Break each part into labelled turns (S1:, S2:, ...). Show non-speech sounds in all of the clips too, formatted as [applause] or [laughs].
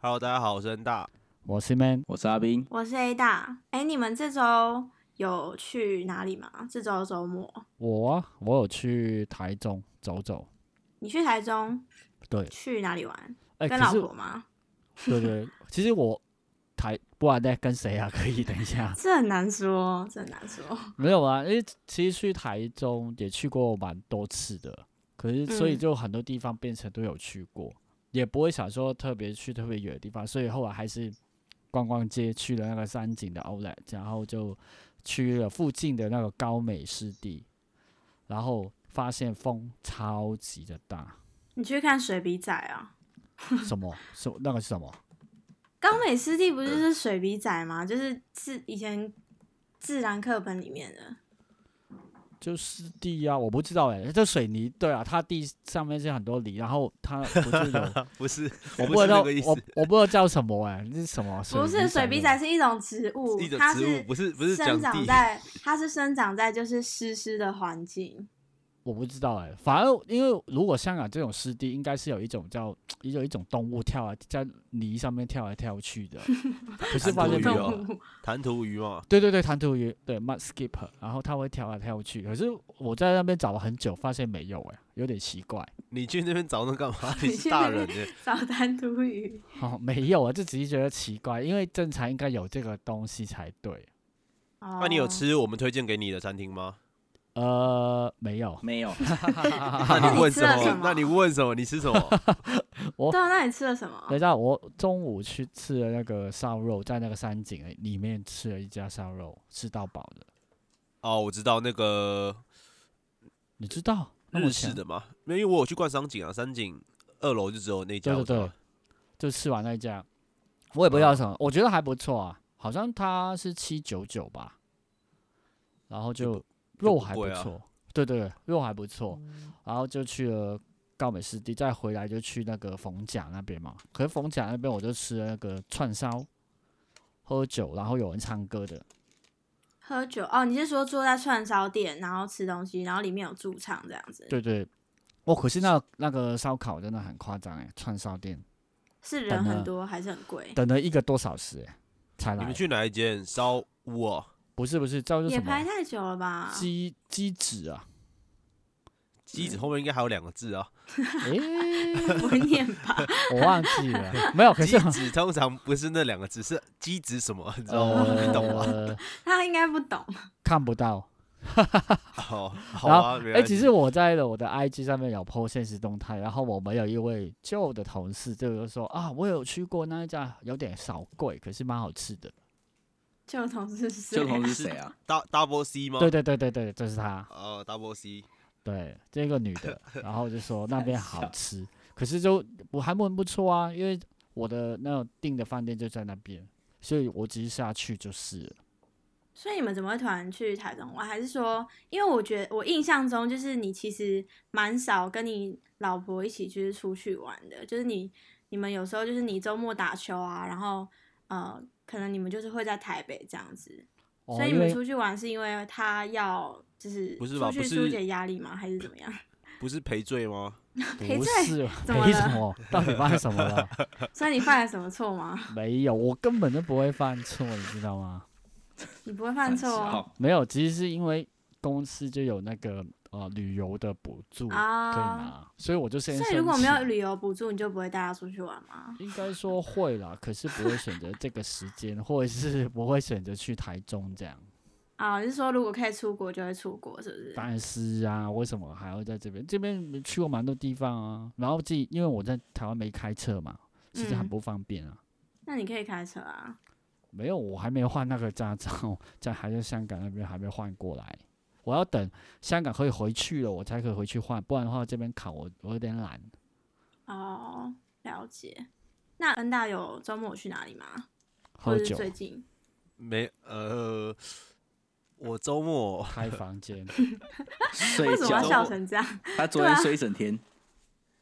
S1: Hello，大家好，我是恩大。
S2: 我是 Man，
S3: 我是阿斌，
S4: 我是 A 大。哎，你们这周有去哪里吗？这周周末
S2: 我啊我有去台中走走，
S4: 你去台中
S2: 对，
S4: 去哪里玩？
S2: 哎、
S4: 跟
S2: 可
S4: 老
S2: 是
S4: 婆吗？
S2: 对对，其实我台不然在跟谁啊？ [laughs] 可以等一
S4: [laughs]
S2: 下，
S4: 这很难说，这很难说。
S2: 没有啊，因为其实去台中也去过蛮多次的，可是所以
S4: 嗯
S2: 就很多地方变成都有去过，也不会想说特别去特别远的地方，所以后来还是逛逛街，去了那个山景的 Outlet，然后就去了附近的那个高美湿地，然后发现风超级的大，
S4: 你去看水笔仔啊？
S2: 什么什么那个是什么？
S4: 冈美湿地不就是水笔仔吗？就是自以前自然课本里面的。
S2: 就是地啊，我不知道哎、这水泥对啊，它地上面是很多泥，然后它不是有，
S1: 啊不是，
S2: 我
S1: 不
S2: 不
S1: 是
S2: 知道
S1: 那个意思
S2: 我我不知道叫什么哎、那是什么？
S4: 不是水笔仔
S2: 伞，
S4: 是一种植物
S1: 一，种
S4: 它
S1: 植物，
S4: 是
S1: 不是不是讲
S4: 生长
S1: 地，
S4: 在它是生长在就是湿湿的环境。
S2: 我不知道哎、反正因为如果香港这种湿地，应该是有一种叫有一种动物跳啊，在泥上面跳来跳去的，可是发
S1: 弹涂
S2: 现
S1: 鱼
S2: 没有
S1: 哦
S4: [laughs] 动物
S1: 弹涂鱼嘛，
S2: 对对对，弹涂鱼对 mud skipper，然后它会跳来跳去，可是我在那边找了很久，发现没有哎、有点奇怪。
S1: 你去那边找那干
S4: [laughs]
S1: 嘛？你
S4: 你
S1: 是
S4: 去
S1: 大
S4: 那
S1: 人
S4: 边
S1: 呢，
S4: 找单独鱼。
S2: [laughs] 哦，没有啊，就只是觉得奇怪，因为正常应该有这个东西才对。
S4: 那
S1: 那
S4: 哦
S1: 你有？吃我们推荐给你的餐厅吗？
S2: 呃，没有，
S3: 没 [laughs] 有，
S2: 啊
S1: 那你问什
S4: 那你吃了
S1: 么
S4: 什么？
S1: [laughs] 那你问什么？你吃什么？
S2: 哦
S4: 对啊，那你吃了什么
S2: 等？一下，我中午去吃了那个烧肉，在那个山景里面吃了一家烧肉，吃到饱的。
S1: 哦，我知道那个
S2: 你知道 [laughs] 那么
S1: 日式
S2: 强
S1: 的嘛，没有因为我有去逛商景啊，商景二楼就只有那家，
S2: 对对
S1: 我知道
S2: 对，就吃完那一家，我也不知
S1: 嗯
S2: 道什么，我觉得还不错啊，好像它是七九九吧，然后
S1: 就
S2: 就肉
S1: 不
S2: 还不
S1: 贵啊
S2: 错，对对对，肉还不错，然后就去了高美湿地，再回来就去那个逢甲那边嘛，可是逢甲那边我就吃了那个串烧，喝酒，然后有人唱歌的，
S4: 喝酒哦，你是说坐在串烧店，然后吃东西，然后里面有驻唱这样子？，
S2: 对对，哦，可是那那个烧烤真的很夸张哎，串烧店
S4: 是人
S2: 等
S4: 很
S2: 了
S4: 多还是很贵？
S2: 等了一个多小时哎，才
S1: 你
S2: 来
S1: 们，去哪一间烧屋哦？
S2: 不是不是，叫做
S4: 也啊
S2: 什
S4: 排
S2: 么啊
S4: 太久了吧？
S2: 鸡鸡子啊。
S1: 机子后面应该还有两个字啊。
S2: 诶、
S4: 不 [laughs] 会念吧？
S2: 我忘记了， [laughs] 没有，可
S1: 机
S2: 是
S1: 子通常不是那两个字，是机子什么，你知道吗？你哦懂吗？ [laughs]
S2: 呃，
S4: 他应该不懂。
S2: 看不到。
S1: 好，好
S2: 然后
S1: 啊，，没
S2: 诶
S1: 关
S2: 其
S1: 系
S2: 实我在我的 IG 上面有 po 现实动态，然后我们有一位旧的同事就是说啊，我有去过那一家，有点少贵，可是蛮好吃的。
S4: 旧同事是谁
S3: 这同事谁啊？
S1: Dou- double C 吗？
S2: 对对对对对，就是他，
S1: 哦，double C，
S2: 对，这个女的，然后就说那边好
S1: [laughs]
S2: 吃，可是就我还蛮不错啊，因为我的那种订的饭店就在那边，所以我只是下去就是了。
S4: [laughs] 所以你们怎么会突然去台中玩？还是说，因为我觉得我印象中就是你其实蛮少跟你老婆一起就是出去玩的，就是你你们有时候就是你周末打球啊，然后呃，可能你们就是会在台北这样子。
S2: 哦
S4: 所以你
S2: 因
S4: 们
S2: 为
S4: 出去玩是因为他要就是
S1: 不是吧
S4: 出去
S1: 不是
S4: 疏解压力吗？还是怎么
S1: [laughs]
S4: 样？
S1: 不是赔罪吗？
S4: 赔
S2: 不
S4: 罪
S2: [laughs] 是
S4: 怎么
S2: 赔什
S4: 了
S2: 么？到底发生什么了？
S4: 所以你犯了什么错吗？
S2: [laughs] 没有，我根本就不会犯错，你知道吗？
S4: 你不会犯错哦。
S3: 好，
S2: 没有，其实是因为公司就有那个呃旅游的补助可以
S4: 啊，
S2: 拿，所以我就先申
S4: 所以
S2: 请。
S4: 如果没有旅游补助，你就不会带他出去玩吗？
S2: 应该说会
S4: [laughs]
S2: 啦，可是不会选择这个时间，或者是 [laughs] 不会选择去台中这样。
S4: 啊，你是说如果可以出国就会出国，是不是？
S2: 但是啊，为什么还要在这边？这边去过蛮多地方啊，然后自己因为我在台湾没开车嘛，其实很
S4: 嗯
S2: 不方便啊。
S4: 那你可以开车啊。
S2: 没有，我还没换那个驾照，在还在香港那边还没换过来。我要等香港可以回去了，我才可以回去换，不然的话这边考我我有点懒。
S4: 哦，了解。那恩大有周末有去哪里吗？
S2: 喝
S4: 或者是
S2: 酒、
S4: 最近
S1: 没，呃，我周末
S2: 开房间，
S3: 睡
S4: [laughs] 为什么要笑啊
S3: 觉，
S4: 成这样？
S3: 他昨天睡一整天，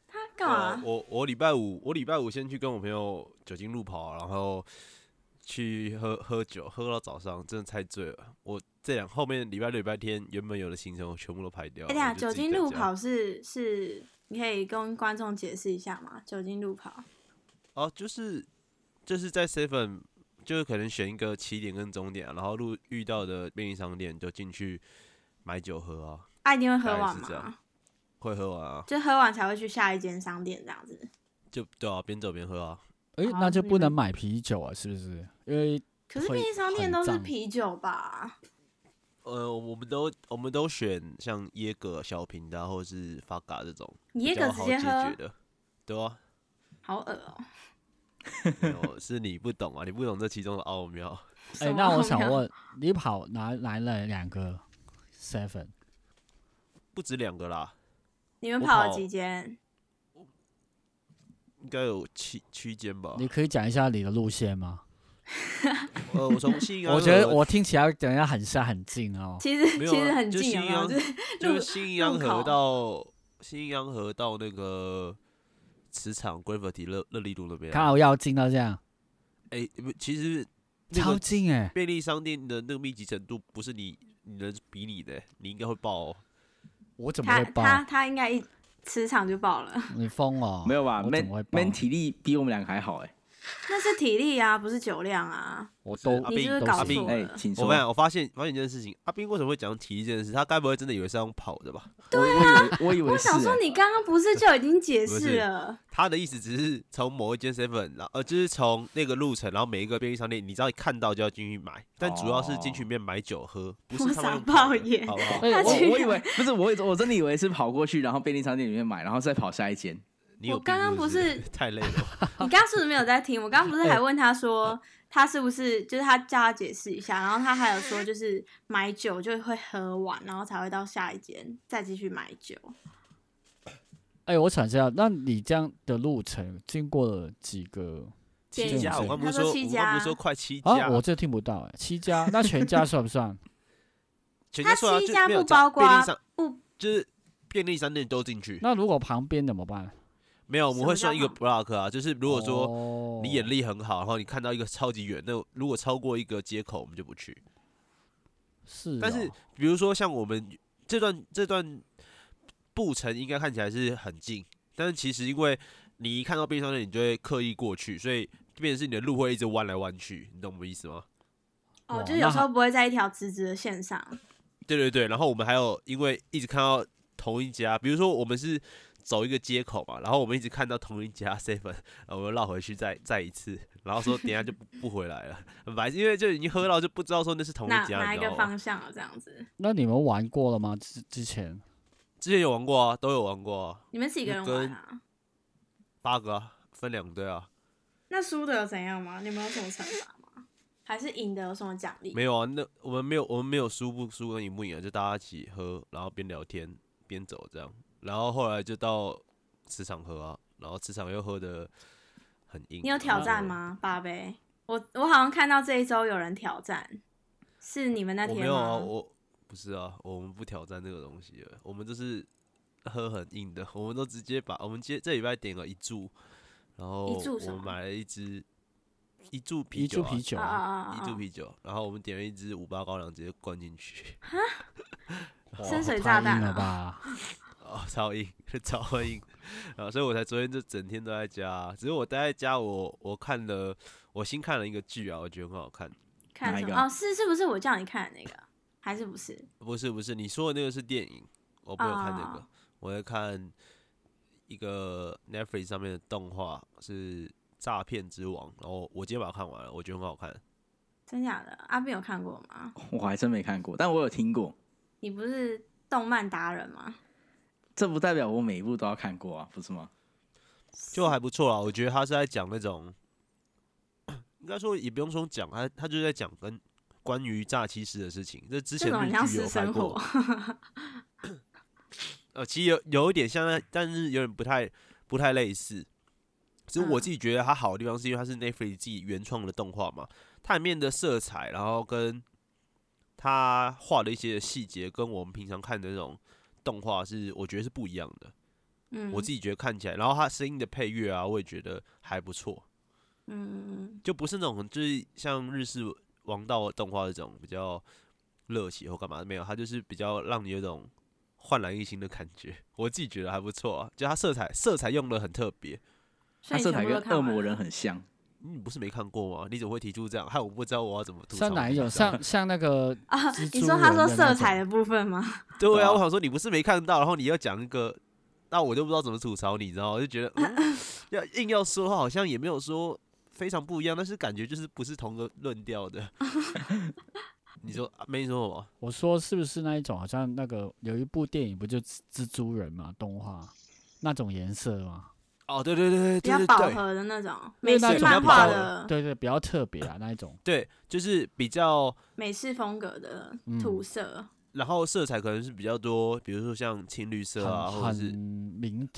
S4: 他 [laughs] 干嘛
S1: 呃？我我礼拜五，我礼拜五先去跟我朋友酒精路跑，啊然后去喝喝酒，喝到早上，真的太醉了。我这两后面礼拜六、礼拜天原本有的行程我全部都排掉。了。
S4: 哎、等一下
S1: 我就
S4: 酒
S1: 自己
S4: 精
S1: 在
S4: 路
S1: 家
S4: 跑是是，你可以跟观众解释一下吗？酒精路跑。
S1: 哦，就是就是在 seven 就是可能选一个起点跟终点啊、然后路遇到的便利商店就进去买酒喝啊，
S4: 啊，一定会喝
S1: 大概
S4: 完
S1: 是这样
S4: 嘛，
S1: 会喝完啊，
S4: 就喝完才会去下一间商店这样子。
S1: 就对啊，边走边喝啊，
S2: 诶，
S4: 啊
S2: 那就
S4: 你
S2: 不
S4: 们
S2: 能买啤酒啊，是不是？因为
S4: 可是
S2: 会
S4: 便利商店
S2: 很
S4: 都是
S2: 脏
S4: 啤酒吧？
S1: 呃，我们都我们都选像椰格、小瓶的啊、或是发嘎这种
S4: 你
S1: 比
S4: 一个
S1: 较
S4: 直
S1: 好解
S4: 接喝
S1: 决，的，对啊，
S4: 好恶哦、
S1: 没有是你不懂啊，你不懂这其中的奥妙。 [laughs]
S2: 诶，
S4: 什么
S2: 那我
S4: 奥
S2: 想
S4: 妙，
S2: 问，你跑拿来了两个 seven，
S1: 不止两个啦，
S4: 你们
S1: 我
S4: 跑了
S1: 跑
S4: 几间？
S1: 应该有七区间吧。
S2: 你可以讲一下你的路线吗？
S1: 呃，我从新阳，
S2: 我觉得我听起来等一下很像很近哦。
S4: 其实
S1: 没有
S4: 其实
S1: 啊
S4: 很
S1: 就
S4: 近，有
S1: 新
S4: 没有？
S1: 阳
S4: 就是
S1: 就是
S4: 路
S1: 新阳
S4: 口
S1: 河到新阳河到那个磁场 gravity 乐乐利路那边、
S2: 刚
S1: 啊。
S2: 好要近到这样，
S1: 哎、不其实那
S2: 超
S1: 个
S2: 近诶。
S1: 便利商店的那个密集程度不是你你能比拟的、你应该会爆、哦。
S2: 我怎么
S4: 他
S2: 会爆？
S4: 他他应该一磁场就爆了，
S2: 你疯哦？
S3: 没有吧
S2: 我怎么会
S3: ？Man
S2: 爆？
S3: Man 体力比我们两个还好哎、
S4: 那是体力啊，不是酒量啊。
S2: 我都
S1: 阿
S4: 你是不
S1: 斌
S4: 是
S2: 都
S4: 搞
S1: 阿斌
S4: 错
S3: 哎、
S4: 了？
S3: 请
S1: 我
S3: 说。
S1: 发现我发现发现一件事情，啊阿斌为什么会讲体力这件事？他该不会真的以为是用跑的吧？
S3: 我我以为我以为
S4: 啊我
S3: 是、
S4: 想说，
S3: 哎
S4: 你刚刚不是就已经解
S1: 不
S4: 释
S1: 是 [laughs]
S4: 了？
S1: 他的意思只是从某一间 seven，然后呃，就是从那个路程，然后每一个便利商店，你只要一看到就要进去买，但主要是进去里面买酒喝，不
S4: 我
S1: 是他们
S4: 傻
S1: 用跑
S4: 爆
S1: 的
S4: 眼
S1: 好不好？
S2: 哎
S4: 他
S2: 我
S4: 去
S3: 我我以为不是，我以我真的以为是跑过去，然后便利商店里面买，然后再跑下一间。
S1: 你有
S4: 我刚刚
S1: 病
S4: 不
S1: 是
S4: 是
S1: 太累了吧，
S4: 你刚刚是不是没有在听？我刚刚不是
S1: 哎
S4: 还问他说，他是不是就是他叫他解释一下，然后他还有说，就是买酒就会喝完，然后才会到下一间再继续买酒。
S2: 哎、我想知道，那你这样的路程经过了几个
S1: 七
S2: 对
S1: 家，我
S2: 对
S1: 刚不
S4: 他
S1: 是
S4: 说
S1: 说，
S4: 七
S1: 我刚不
S4: 家
S1: 是说快七家，
S2: 啊？我这听不到哎、七家，那全家算不算？ [laughs]
S1: 全
S4: 他
S1: 家说啊
S4: 七
S1: 就
S4: 家
S1: 没有
S4: 不
S1: 讲
S4: 包括
S1: 便
S4: 啊
S1: 利商
S4: 不
S1: 就是便利商店都进去，
S2: 那如果旁边怎么办？
S1: 没有，我们
S4: 什
S1: 会
S4: 么叫
S1: 算一个
S4: 好
S1: block 啊，就是如果
S2: 哦
S1: 说
S2: 说
S1: 你眼力很好，然后你看到一个超级远，那如果超过一个接口，我们就不去。
S2: 是、哦
S1: 但是比如说像我们这段这段步程应该看起来是很近，但是其实因为你一看到便利商店，你就会刻意过去，所以变成是你的路会一直弯来弯去，你懂我意思吗？
S4: 哦，
S2: 哇
S4: 就是有时候不会在一条直直的线上。
S1: 对对对，然后我们还有因为一直看到同一家，比如说我们是走一个街口嘛，然后我们一直看到同一家 seven，然后我们绕回去再再一次，然后说等一下就不不回来了， [laughs] 很白痴，因为就已经喝到就不知道说那是同一
S4: 哪
S1: 家，
S4: 哪
S1: 你
S4: 一
S1: 知
S4: 个
S1: 道吗？
S4: 方向啊？这样子，
S2: 那你们玩过了吗？之之前
S1: 之前有玩过啊，都有玩过、啊，
S4: 你们几个人
S1: 跟
S4: 玩啊？
S1: 八个、啊、分两队啊，
S4: 那输的有怎样吗？你们有什么惩罚吗？还是赢的有什么奖励？
S1: 没有啊，那我们没有我们没有输不输跟赢不赢啊，就大家一起喝，然后边聊天边走这样，然后后来就到磁场喝啊，然后磁场又喝的很硬，啊
S4: 你有挑战？吗？八杯，我我好像看到这一周有人挑战，是你们那
S1: 我
S4: 天
S1: 没有啊，
S4: 吗？
S1: 我不是啊，我们不挑战这个东西了，我们都是喝很硬的，我们都直接把我们接这礼拜点了一注，然后
S4: 注
S1: 我
S4: 什
S1: 们
S4: 么
S1: 买了一支一注啤
S2: 一
S1: 酒
S2: 注
S1: 啊、
S2: 啤酒
S4: 啊
S2: 啊，
S4: 啊啊啊！
S1: 一注啤酒，然后我们点了一支五八高粱，直接灌进去，
S2: 哇
S4: 深水炸
S2: 太
S4: 弹
S2: 硬了
S4: 啊
S2: 吧？
S1: [laughs] 哦，超硬，超硬，然后所以我才昨天就整天都在家，啊只是我待在家我，我看了，我新看了一个剧啊，我觉得很好看，
S4: 看
S3: 哪
S4: 什
S3: 一个
S4: 么？哦，是是不是我叫你看的那个？还是不是？
S1: 不是不是，你说的那个是电影，我没有看那个，
S4: 哦
S1: 我在看一个 Netflix 上面的动画是《诈骗之王》，然后我今天把它看完了，我觉得很好看。
S4: 真假的？阿斌有看过吗？
S3: 我还真没看过，但我有听过。
S4: 你不是动漫达人吗？
S3: 这不代表我每一部都要看过啊，不是吗？
S1: 就还不错啦。啊我觉得他是在讲那种，应该说也不用说讲，他他就是在讲跟关于诈欺师的事情。这之
S4: 这
S1: 前
S4: 种很
S1: 日
S4: 像
S1: 剧有
S4: 私
S1: 拍
S4: 生
S1: 过
S4: 活，，
S1: 呃，其实有有一点像那，但是有点不太不太类似。只是我
S4: 嗯
S1: 自己觉得它好的地方，是因为它是 Netflix 自己原创的动画嘛，它里面的色彩，然后跟它画的一些细节，跟我们平常看的那种动画是，我觉得是不一样的。
S4: 嗯，
S1: 我自己觉得看起来，然后它声音的配乐啊，我也觉得还不错。
S4: 嗯，
S1: 就不是那种就是像日式王道动画这种比较热血或干嘛没有，它就是比较让你有种焕然一新的感觉。我自己觉得还不错啊，就它色彩色彩用的很特别，
S3: 它
S4: 所以你
S3: 色
S4: 全
S3: 彩
S4: 部都
S3: 跟
S4: 看
S3: 恶
S4: 完
S3: 魔
S4: 了
S3: 人很像，
S1: 你不是没看过吗？你怎么会提出这样？害我不知道我要怎么吐槽
S2: 像
S1: 你啊
S2: 哪一种？像像那个
S4: 啊
S2: 蜘，
S4: 你
S2: 蛛
S4: 说他
S2: 人的
S4: 说
S2: 那
S4: 色彩
S2: 种
S4: 的部分吗？
S1: [laughs] 对啊，
S3: 哦
S1: 我想说你不是没看到，然后你要讲一个，那我就不知道怎么吐槽你，你知道吗？我就觉得、嗯要硬要说，好像也没有说非常不一样，但是感觉就是不是同个论调的。 [laughs] 你说啊没说什么？
S2: 我说是不是那一种？好像那个有一部电影不就蜘蜘蛛人嘛，动画那种颜色吗？
S1: 哦，对对对对
S4: 比较
S1: 对
S4: 饱
S1: 对对，
S4: 和的那种
S2: 因为
S4: 美
S2: 那
S4: 式
S2: 种
S4: 漫
S2: 比
S4: 画
S2: 较
S4: 的
S2: 对对，比较特别啊那一种。
S1: 对，就是比较，
S4: 美式风格的
S2: 嗯
S4: 涂色，
S1: 然后色彩可能是比较多，比如说像青绿色啊，
S2: 很
S1: 或者
S2: 很
S1: 是
S2: 明，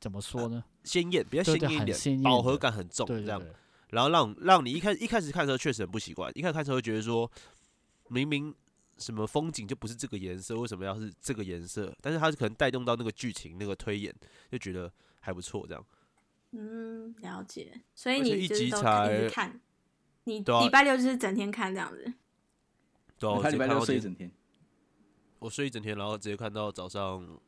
S2: 怎么说呢？
S1: 鲜艳，比较
S2: 对
S1: 鲜
S2: 对
S1: 艳一
S2: 很鲜
S1: 点，
S2: 艳
S1: 饱
S2: 的
S1: 和感很重，
S2: 对
S1: 这
S2: 对
S1: 样。
S2: 对，
S1: 然后让让你一开一开始看的时候确实很不习惯，一开始看的时候会觉得说，明明什么风景就不是这个颜色，为什么要是这个颜色？但是它可能带动到那个剧情那个推演，就觉得还不错这样。
S4: 嗯，了解。所以
S1: 而且
S4: 你
S1: 一
S4: 就是
S1: 集
S4: 都
S1: 才
S4: 一直看，你
S1: 对啊
S4: 礼拜六就是整天看这样子，
S1: 对
S2: 哦
S1: 啊、我
S3: 他
S1: 直
S3: 礼
S1: 接
S3: 拜
S1: 看到
S3: 六睡一
S1: 今
S3: 整天，
S1: 我睡一整天，然后直接看到早上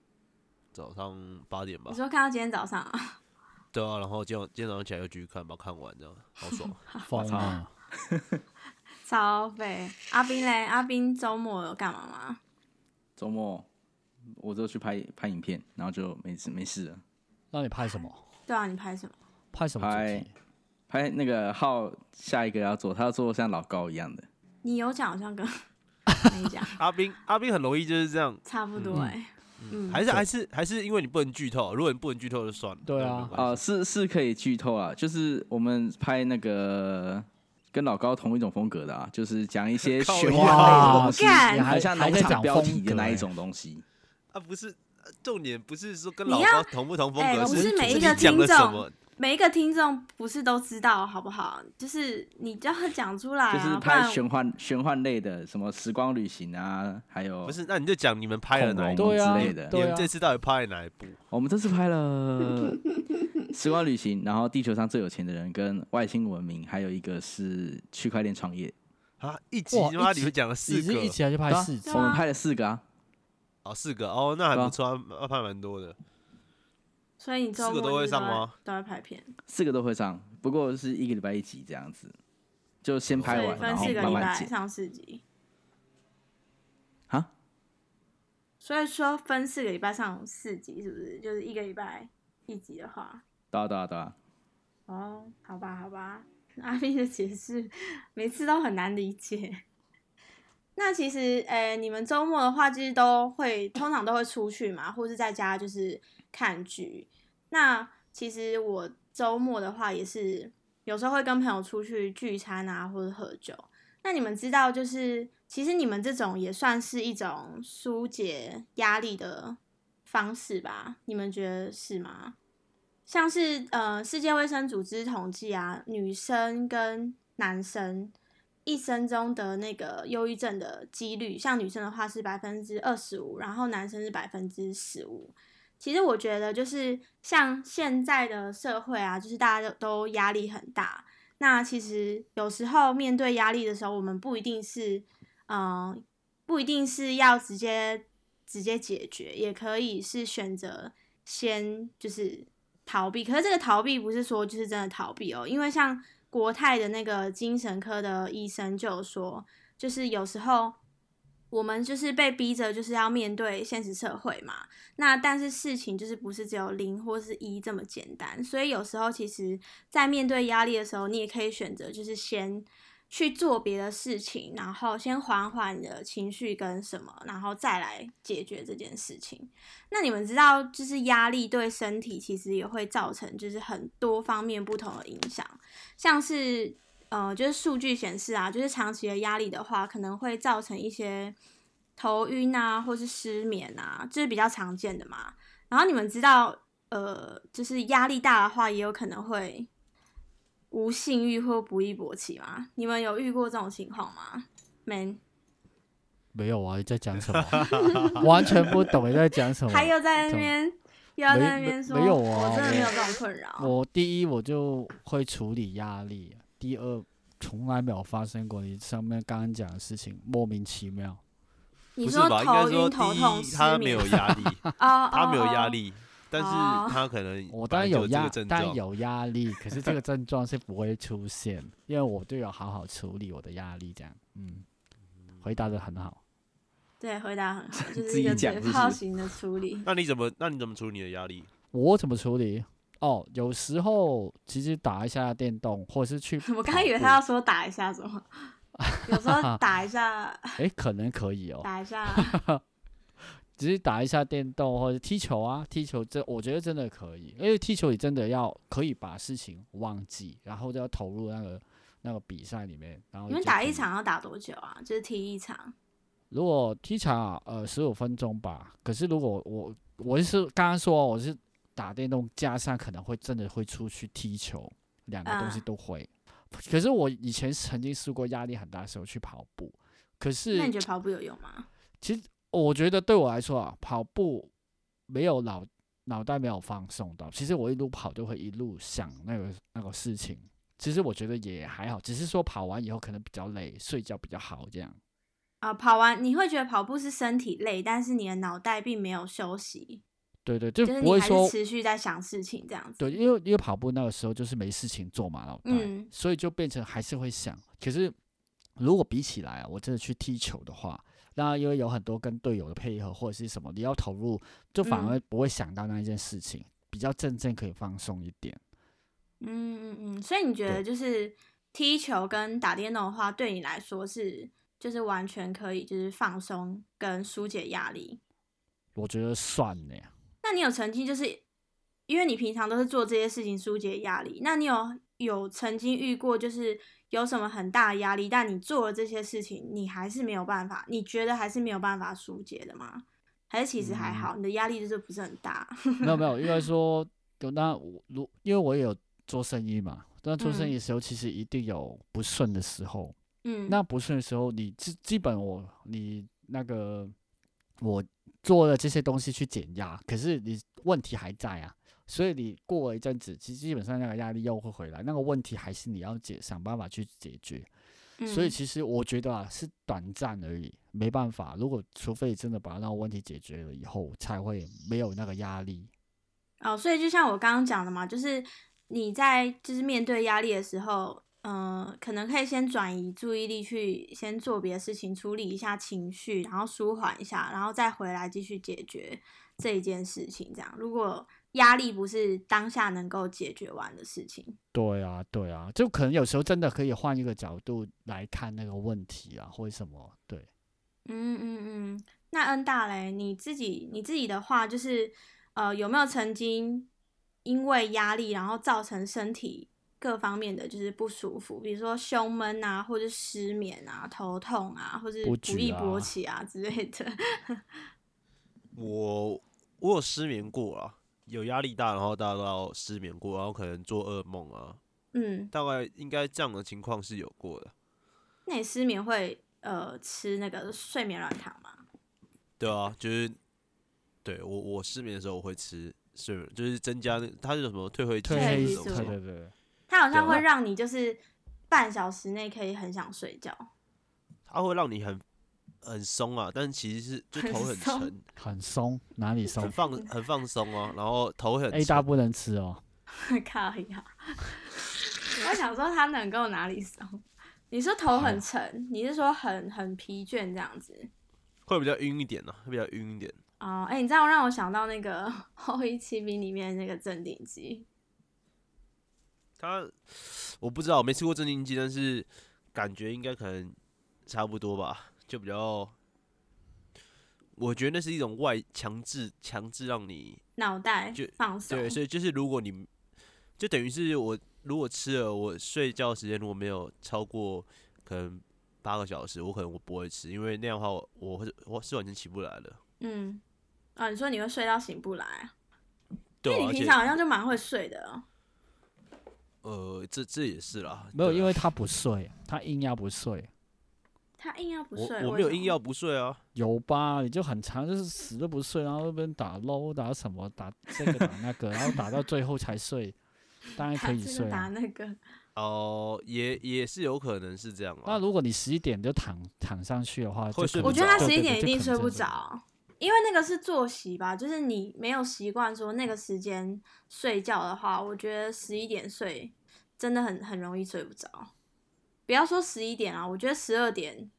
S1: 早上八点吧
S4: 你，说看到今天早上啊？
S1: 对啊，然后今天晚今天早上起来又继续看，把它看完这样，好爽。
S2: 疯
S3: 操
S2: 啊！
S4: 超肥。阿斌嘞，阿斌周末有干嘛吗？
S3: 周末我就去拍拍影片，然后就没事没事了。
S2: 那你拍什么？
S4: 对啊，你拍什么？
S2: 拍什么主
S3: 拍
S2: 题？
S3: 拍那个浩下一个要做，他要做像老高一样的，
S4: 你有讲好像跟 [laughs] 没讲
S1: [laughs] 阿斌阿斌很容易就是这样，
S4: 差不多哎、嗯，
S1: 还是还是还是因为你不能剧透，啊如果你不能剧透就算了。
S2: 对
S1: 那
S2: 啊
S1: 没关系
S3: 啊，是是可以剧透啊，就是我们拍那个跟老高同一种风格的啊，就是讲一些
S1: [laughs] 靠
S3: 玄幻类的
S2: 哇
S3: 东西，
S4: 干
S2: 你还
S3: 很像
S2: 还
S3: 农
S2: 在
S3: 场
S2: 讲
S3: 标
S2: 风
S3: 题的
S2: 格
S3: 那
S2: 欸
S3: 一种东西。
S1: 啊，不是，呃重点不是说跟
S4: 你
S1: 老
S4: 要
S1: 高同不同风
S4: 哎
S1: 格，
S4: 不
S1: 是
S4: 是
S1: 你
S4: 每一个
S1: 讲
S4: 听
S1: 了什
S4: 众
S1: 么。
S2: 哦
S4: 每一个听众不是都知道好不好？就是你就要讲出来
S3: 就
S4: 啊，
S3: 是
S4: 不
S3: 拍
S4: 然
S3: 玄幻玄幻类的，什么时光旅行啊，还有
S1: 不是，那你就讲你们拍了
S3: 恐
S1: 哪一
S3: 龙
S1: 部？
S2: 对啊
S3: 之类的。
S1: 你
S2: 对
S1: 们
S2: 啊
S1: 这次到底拍了哪一部？
S3: 我们这次拍
S4: [laughs]
S3: 了时光旅行，然后地球上最有钱的人跟外星文明，还有一个是区块链创业。
S1: 啊，一集
S2: 哇
S1: 他妈
S2: 一集
S1: 你们讲了四
S2: 你是
S1: 个
S2: 一起还是拍
S3: 对啊
S2: 四集
S4: 对？
S3: 我们
S4: 啊
S3: 拍了四个啊，
S1: 哦，四个哦，那还
S3: 对啊
S1: 不错，还拍蛮多的。
S4: 所以你周
S1: 四个
S4: 末
S1: 都会
S4: 就是
S1: 上
S4: 在
S1: 吗？
S4: 都在拍片，
S3: 四个都会上，不过是一个礼拜一集这样子，就先
S4: 所
S3: 拍
S4: 以
S3: 完，然
S4: 分
S3: 后
S4: 四个
S3: 慢
S4: 礼
S3: 慢
S4: 拜
S3: 剪
S4: 上四集。
S3: 啊。
S4: 所以说分四个礼拜上四集，是不是？就是一个礼拜一集的话，
S3: 对啊对啊对啊，
S4: 哦，好吧，好吧， [laughs] 阿斌的解释每次都很难理解。 [laughs] 那其实，呃、你们周末的话，就是都会通常都会出去嘛，或是在家就是看剧。那其实我周末的话，也是有时候会跟朋友出去聚餐啊，或者喝酒。那你们知道，就是其实你们这种也算是一种疏解压力的方式吧？你们觉得是吗？像是呃，世界卫生组织统计啊，女生跟男生一生中的那个忧郁症的几率，像女生的话是百分之二十五，然后男生是百分之十五。其实我觉得，就是像现在的社会啊，就是大家都压力很大。那其实有时候面对压力的时候，我们不一定是，嗯、不一定是要直接直接解决，也可以是选择先就是逃避。可是这个逃避不是说就是真的逃避哦，因为像国泰的那个精神科的医生就有说，就是有时候我们就是被逼着就是要面对现实社会嘛。那但是事情就是不是只有零或是一这么简单，所以有时候其实，在面对压力的时候，你也可以选择就是先。去做别的事情，然后先缓缓你的情绪跟什么，然后再来解决这件事情。那你们知道，就是压力对身体其实也会造成就是很多方面不同的影响，像是呃，就是数据显示啊，就是长期的压力的话，可能会造成一些头晕啊，或是失眠啊，这、是比较常见的嘛。然后你们知道，呃，就是压力大的话，也有可能会无性欲或不易勃起吗？你们有遇过这种情况吗？Man，
S2: 没有啊，你在讲什么？ [laughs] 完全不懂你在讲
S3: 啊
S2: 什么。
S4: 他又在那
S2: 怎么
S4: 边又要
S2: 没
S4: 在那
S2: 没
S4: 边说，
S2: 没有啊
S4: 我真的没有
S2: 我
S4: 这种困扰。
S2: 我第一我就会处理压力，第二从来没有发生过你上面刚刚讲的事情，莫名其妙。
S4: 你
S1: 不是
S4: 说
S1: 吧？应
S4: 头
S1: 该
S4: 晕、
S1: 说第
S4: 头痛、
S1: 一，
S4: 失
S1: 他没
S4: 眠 [laughs]
S1: 有压力，
S4: 哦，
S1: 他没有
S4: 哦
S1: 压。
S4: 哦
S1: 力。但是
S4: 哦
S1: 他可能
S2: 我
S1: 本
S2: 当
S1: 来
S2: 然
S1: 就
S2: 有
S1: 有这
S2: 压
S1: 个，症
S2: 当然
S1: 状，
S2: 有压力，可是这个症状是不会出现，因为我都有好好处理我的压力，这样，嗯，回答的很好。
S4: 对，回答
S3: [laughs]
S4: 很好，就
S3: 自
S4: 是
S3: 己
S4: 一个
S3: 讲
S4: 嘴
S3: 是不
S4: 炮
S3: 是
S4: 型的处理。
S1: 那你怎么那你怎么处理你的压力？
S2: 我怎么处理？哦，有时候其实打一下电动，或是
S4: [laughs]
S2: 去跑步，
S4: 我刚刚以为他要说打一下什么，有
S2: [laughs]
S4: 时候打一下，
S2: 哎，可能可以哦，
S4: 打一下，
S2: 只是打一下电动或者踢球啊，踢球这我觉得真的可以，因为踢球你真的要可以把事情忘记，然后就要投入那个那个比赛里面，然后
S4: 你们
S2: 就
S4: 打
S2: 可
S4: 一
S2: 以
S4: 场要打多久啊？就是踢一场，
S2: 如果踢场啊呃十五分钟吧，可是如果我我是刚刚说哦我是打电动加上可能会真的会出去踢球，两个东西
S4: 啊
S2: 都会。可是我以前曾经试过压力很大的时候去跑步，可是
S4: 那你觉得跑步有用吗？
S2: 其实我觉得对我来说啊，跑步没有脑脑袋没有放松到，其实我一路跑就会一路想那个那个事情。其实我觉得也还好，只是说跑完以后可能比较累，睡觉比较好这样。
S4: 啊，跑完你会觉得跑步是身体累，但是你的脑袋并没有休息，
S2: 对对，就
S4: 就是
S2: 不
S4: 你
S2: 会
S4: 还
S2: 说
S4: 是持续在想事情这样子。
S2: 对，因为因为跑步那个时候就是没事情做嘛，脑袋，
S4: 嗯
S2: 所以就变成还是会想。可是如果比起来啊，我真的去踢球的话，那因为有很多跟队友的配合或者是什么，你要投入，就反
S4: 嗯
S2: 而不会想到那一件事情，比较真正可以放松一点。
S4: 嗯嗯嗯，所以你觉
S2: 对
S4: 得就是踢球跟打电动的话，对你来说是就是完全可以就是放松跟疏解压力。
S2: 我觉得算了呀， [laughs]
S4: 那你有曾经就是因为你平常都是做这些事情疏解压力，那你有有曾经遇过就是有什么很大的压力，但你做了这些事情，你还是没有办法，你觉得还是没有办法疏解的吗？还是其实
S2: 嗯
S4: 还好，你的压力就是不是很大？ [laughs]
S2: 没有没有，应该说有那我如因为我也有做生意嘛，那做生
S4: 嗯
S2: 意的时候其实一定有不顺的时候，
S4: 嗯，
S2: 那不顺的时候，你基基本我你那个我做了这些东西去减压，可是你问题还在啊，所以你过了一阵子，其实基本上那个压力又会回来，那个问题还是你要解想办法去解决。所以
S4: 嗯
S2: 其实我觉得啊，是短暂而已，没办法。如果除非真的把那个问题解决了以后，才会没有那个压力。
S4: 哦，所以就像我刚刚讲的嘛，就是你在就是面对压力的时候，呃，可能可以先转移注意力去先做别的事情，处理一下情绪，然后舒缓一下，然后再回来继续解决这一件事情。这样，如果压力不是当下能够解决完的事情，
S2: 对啊，对啊，就可能有时候真的可以换一个角度来看那个问题啊，或者什么，对。
S4: 嗯嗯嗯，那恩大嘞，你自己你自己的话，就是呃，有没有曾经因为压力，然后造成身体各方面的就是不舒服，比如说胸闷啊，或者失眠啊、头痛啊，或者
S2: 不
S4: 不易
S2: 举
S4: 勃
S2: 啊
S4: 起啊之类的？ [laughs]
S1: 我我有失眠过啊，有压力大，然后大到失眠过，然后可能做噩梦啊，
S4: 嗯，
S1: 大概应该这样的情况是有过的。
S4: 那你失眠会呃吃那个睡眠软糖吗？
S1: 对啊，就是对我我失眠的时候我会吃睡眠，就是增加那它是什么褪黑激素
S2: 褪
S4: 褪黑
S2: 黑
S1: 那
S2: 素，
S4: 激
S1: 种
S4: 素
S1: 什
S2: 对
S1: 么
S2: 对对，
S4: 它好像
S1: 对
S4: 会
S1: 啊
S4: 让你就是半小时内可以很想睡觉。
S1: 它会让你很很松啊，但其实是就
S4: 很
S1: 头很
S4: 松
S1: 沉，
S2: 很松，哪里松
S1: 很放很放松啊，然后头会很啊
S2: ？A
S1: 沉。
S2: 哎大不能吃哦，
S4: [laughs] 靠
S1: [laughs]
S4: 呀！我想说他能够哪里松？你说头很沉，你是说很很疲倦这样子？
S1: 会比较晕一点呢、啊，会比较晕一点。
S4: 哦，哎、你这样让我想到那个 [laughs] 《后裔骑兵》里面那个镇定剂，
S1: 它我不知道，我没吃过镇定剂，但是感觉应该可能差不多吧，就比较。我觉得那是一种外强制强制让你
S4: 脑袋
S1: 就
S4: 放松。
S1: 对，所以就是如果你就等于是我如果吃了，我睡觉时间如果没有超过可能八个小时，我可能我不会吃，因为那样的话我我会我是完全起不来的。
S4: 嗯，哦，你说你会睡到醒不来啊，因
S1: 对
S4: 为
S1: 啊，
S4: 你
S1: 而
S4: 平
S1: 且
S4: 常好像就蛮会睡的哦。
S1: 呃，这这也是啦，
S2: 没有，
S1: 对啊
S2: 因为他不睡，他硬要不睡，
S4: 他硬要不睡，
S1: 我我
S4: 为
S1: 没有
S4: 什
S1: 硬
S4: 么
S1: 要不睡啊，
S2: 有吧？你就很长，就是死都不睡，然后那边打 low 打什么打这个打那
S1: [laughs]
S2: 个，然后打到最后才睡，当然
S4: 打
S2: 可以
S4: 这个
S2: 睡
S4: 打
S2: 啊。
S4: 那个。
S1: 哦、也也是有可能是这样
S2: 那
S1: 啊。
S2: 如果你十一点就躺躺上去的话，
S1: 会
S2: 就
S1: 睡不
S2: 可
S4: 我
S2: 能
S4: 觉
S1: 着
S4: 得他
S2: 对
S4: 十
S2: 对
S4: 一
S2: 对
S4: 点一
S2: 就可
S4: 定
S2: 能
S4: 睡
S2: 真
S4: 不
S2: 的
S4: 着，因为那个是作息吧，就是你没有习惯说那个时间睡觉的话，我觉得十一点睡真的很很容易睡不着。不要说十一点啊，我觉得十二点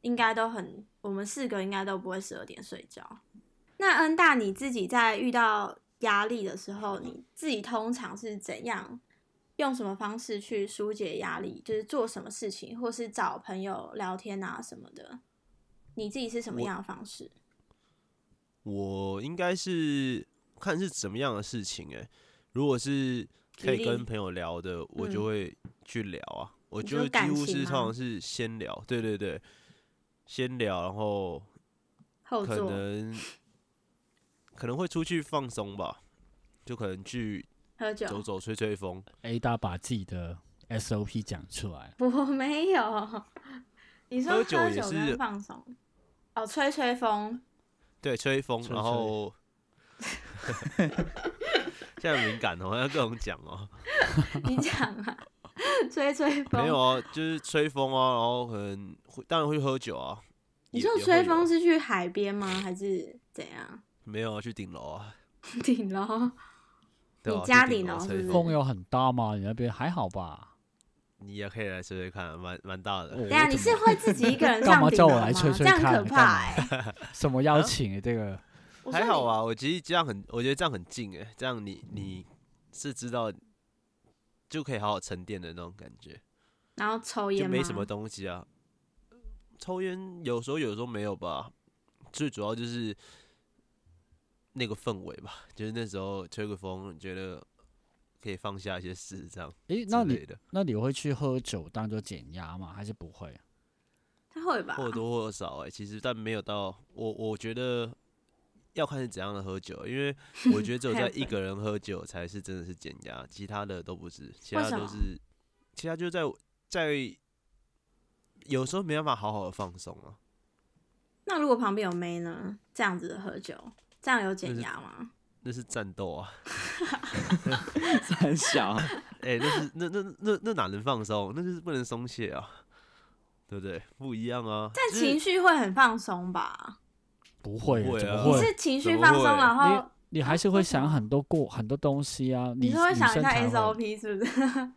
S4: 应该都很，我们四个应该都不会十二点睡觉。那恩大你自己在遇到压力的时候，你自己通常是怎样用什么方式去疏解压力？就是做什么事情，或是找朋友聊天啊什么的。你自己是什么
S1: 我
S4: 样的方式？
S1: 我应该是看是怎么样的事情哎、如果是可
S4: 举
S1: 以
S4: 例
S1: 跟朋友聊的，我就
S4: 嗯
S1: 会去聊啊，我
S4: 你
S1: 就
S4: 说
S1: 会几
S4: 感
S1: 乎
S4: 情
S1: 是
S4: 吗
S1: 通常是先聊，对对对，先聊，然后
S4: 后
S1: 可
S4: 座
S1: 能可能会出去放松吧，就可能去
S4: 喝酒
S1: 走走吹吹风，
S2: A 大把自己的 SOP 讲出来，
S4: 我没有。你说
S1: 喝酒
S4: 喝
S1: 也
S4: 酒跟
S1: 是
S4: 放松，哦，吹吹风， [laughs]
S1: 对，吹风，
S2: 吹
S1: 然
S2: 吹
S1: 后 [laughs] 现在很敏感哦，要各种讲哦。
S4: 你讲啊，吹吹风。
S1: 没有啊，就是吹风啊，然后可能会当然会喝酒啊。
S4: 你
S1: 也
S4: 说
S1: 也会
S4: 吹
S1: 有
S4: 风
S1: 啊
S4: 是去海边吗？还是怎样？
S1: 没有啊，去顶楼啊。
S4: 顶楼？
S1: 对
S4: 你
S1: 啊去
S4: 家
S1: 顶
S4: 顶楼
S1: 楼
S4: 是
S1: 吹
S4: 不是
S1: 风
S2: 风有很大吗？你那边还好吧？
S1: 你也可以来吹吹看啊，蛮蛮大的。
S4: 等一下你是会自己一个人
S2: [laughs] 干嘛
S4: 上顶
S2: 叫
S4: 楼
S2: 我
S4: 吗？
S2: 来吹
S4: 这
S2: 吹
S4: 样
S2: 看干
S4: 可怕
S2: 嘛
S4: 哎、
S2: 什么
S1: 啊
S2: 邀请、欸？这个
S4: 我说
S1: 还好
S4: 你
S1: 啊，我其实这样很，我觉得这样很近哎、这样你你是知道就可以好好沉淀的那种感觉，
S4: 然后抽
S1: 就
S4: 烟
S1: 没什
S4: 吗
S1: 么东西啊。抽烟有时候有时候没有吧，最主要就是那个氛围吧，就是那时候吹个风，觉得可以放下一些事这样
S2: 诶、那
S1: 之类
S2: 你
S1: 的。
S2: 那你会去喝酒当做减压吗？还是不会？
S4: 他会吧？
S1: 或多或少哎、其实但没有到我，我觉得要看是怎样的喝酒，啊因为我觉得只有
S4: [laughs] 还有
S1: 在一
S4: 分
S1: 个人喝酒才是真的是减压，其他的都不是，其
S4: 为
S1: 他
S4: 什
S1: 都
S4: 么
S1: 是，其他就在在有时候没办法好好的放松啊，
S4: 那如果旁边有妹呢？这样子喝酒，这样有减
S1: 是
S4: 压吗？
S1: 那是战斗啊，
S3: 很小，
S1: 哎、那是那那那那哪能放松？那就是不能松懈啊，对不对？不一样啊，
S4: 但
S1: 就是
S4: 情绪会很放松吧？
S2: 不会
S1: 不
S2: 欸，
S1: 会
S2: 怎
S1: 啊
S2: 么
S4: 你
S2: 会？
S4: 是情
S1: 怎
S4: 绪
S1: 么
S4: 放松，
S1: 会
S4: 然后
S2: 你还是会
S4: 什么
S2: 想很多过很多东西啊，
S4: 你
S2: 你
S4: 是会
S2: 女
S4: 想一
S2: 生
S4: 下
S2: 才会
S4: SOP 是
S1: [laughs]
S4: 不是？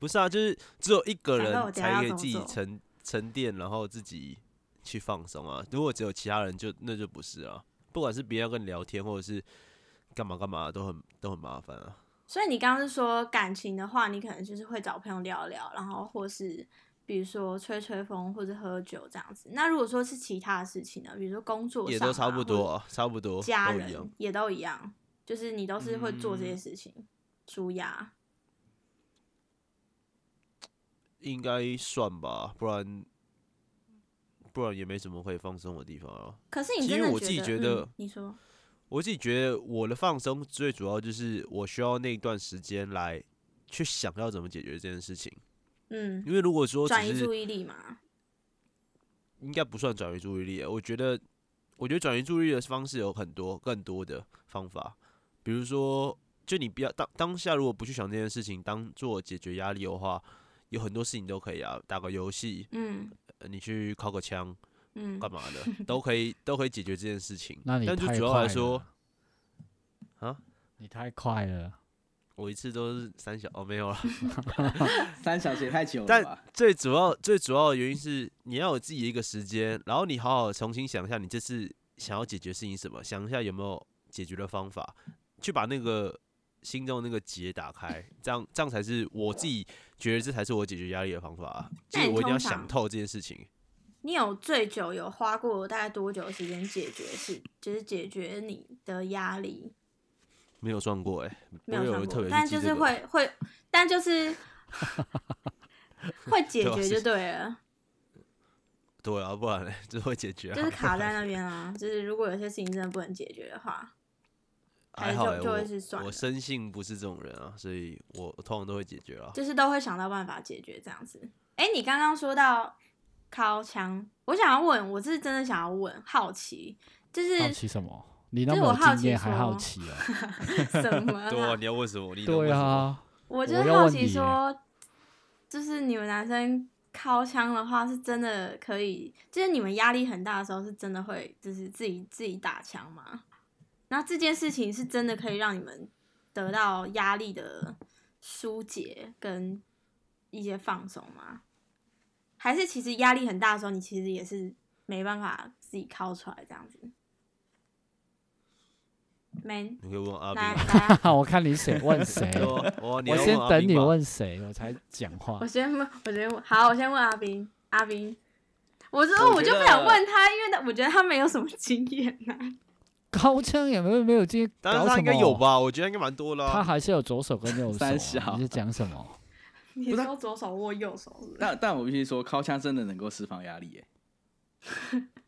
S1: 不是啊，就是只有一个
S4: 想到我
S1: 人
S4: 等下
S1: 才可
S4: 要
S1: 以
S4: 怎么
S1: 自己
S4: 做
S1: 沉沉淀，然后自己去放松啊。如果只有其他人就，那就不是啊。不管是别人要跟你聊天，或者是干嘛干嘛，都很都很麻烦啊。
S4: 所以你刚刚是说感情的话，你可能就是会找朋友聊聊，然后或是比如说吹吹风或者喝酒这样子。那如果说是其他的事情呢，比如说工作
S1: 也
S4: 上
S1: 都差
S4: 啊
S1: 不多、，啊，差不多
S4: 或者家
S1: 都一样
S4: 人。也都一样，就是你都是会做这些
S1: 嗯
S4: 事情，舒压。
S1: 应该算吧，不然不然也没什么可以放松的地方啊。
S4: 可是你
S1: 其
S4: 真
S1: 实
S4: 的
S1: 我自己
S4: 觉
S1: 觉
S4: 嗯
S1: 得、
S4: 你说
S1: 我自己觉得我的放松最主要就是我需要那一段时间来去想要怎么解决这件事情，
S4: 嗯，
S1: 因为如果说只
S4: 转移
S1: 是
S4: 注意力嘛，
S1: 应该不算转移注意力。我觉得，我觉得转移注意力的方式有很多更多的方法，比如说，就你不要当当下如果不去想这件事情，当做解决压力的话，有很多事情都可以啊，打个游戏，
S4: 嗯
S1: 呃你去敲个枪，
S4: 嗯，
S1: 干嘛的都可以，都可以解决这件事情。
S2: 那你
S1: 但就
S2: 太
S1: 主要
S2: 快
S1: 来说
S2: 了，
S1: 啊，
S2: 你太快了，
S1: 我一次都是三小哦，没有了。
S3: 三小节太久了
S1: 但
S3: 吧？
S1: 最主要最主要的原因是你要有自己一个时间，然后你好好重新想一下你这次想要解决事情是什么，想一下有没有解决的方法，去把那个心中的那个结打开，这样这样才是我自己觉得这才是我解决压力的方法、啊，就
S4: 那
S1: 是
S4: 你
S1: 我一定要
S4: 通常
S1: 想透这件事情。
S4: 你有最久有花过大概多久的时间解决是，就是解决你的压力？
S1: 没有算过哎、欸，
S4: 没
S1: 不会有
S4: 有上
S1: 人特
S4: 过
S1: 别，
S4: 但
S1: 去记
S4: 就是
S1: 这个
S4: 会会，但就是
S1: [laughs]
S4: 会解
S1: 对啊
S4: 决
S1: 是
S4: 就对了，
S1: 对啊，不然嘞 [laughs] 就会解决、啊，
S4: 就是卡在那边啊。就是如果有些事情真的不能解决的话，
S1: 还好、
S4: 就
S1: 欸、
S4: 就会是算
S1: 我
S4: 了
S1: 我深信不是这种人啊，所以我通常都会解决啊。
S4: 就是都会想到办法解决这样子。哎、你刚刚说到敲墙，我想要问，我是真的想要问，好奇，就是
S2: 好奇什么？你那
S4: 就是
S2: 么
S4: 我好
S2: 有经验
S4: 奇
S2: 还好
S4: 说
S2: 奇哦？
S4: 什
S1: [laughs]
S4: 么啦？
S1: 对啊， [laughs] 你要问什么？你能
S2: 对
S1: 问什么，
S2: 啊，
S4: 我就
S2: 我
S4: 是
S2: 要
S4: 好
S2: 问
S4: 奇
S2: 你
S4: 说，就是你们男生靠枪的话，是真的可以，就是你们压力很大的时候，是真的会就是自己自己打枪吗？那这件事情是真的可以让你们得到压力的疏解跟一些放松吗？还是其实压力很大的时候，你其实也是没办法自己靠出来这样子？man，
S1: 你可以问阿
S4: 来
S1: 斌，
S4: 来啊，
S2: 我看你谁
S1: [laughs]，
S2: 问谁
S1: 对
S2: [laughs]
S1: 啊哇你
S2: 我
S1: 要
S2: 先
S1: 阿
S2: 等
S1: 斌
S2: 你
S1: 吧
S2: 问谁，我才讲话
S4: 我。先问，我先问，好，我先问阿斌，阿斌，我说
S3: 我
S4: 我
S3: 觉
S4: 就
S3: 得
S4: 不想问他，因为他我觉得他没有什么经验啊
S1: [laughs]
S4: 呐、
S2: 高枪也没有没有进，
S1: 但是他应该有？吧？我觉得应该蛮多的啊、
S2: 他还是有左手跟
S1: [laughs]
S2: 右手
S3: 三
S2: 啊。
S3: 小
S2: 你是讲什么？
S4: 你
S3: 不是
S4: 说左手握右手是不是
S3: 但但我必须说，靠枪真的能够释放压力耶，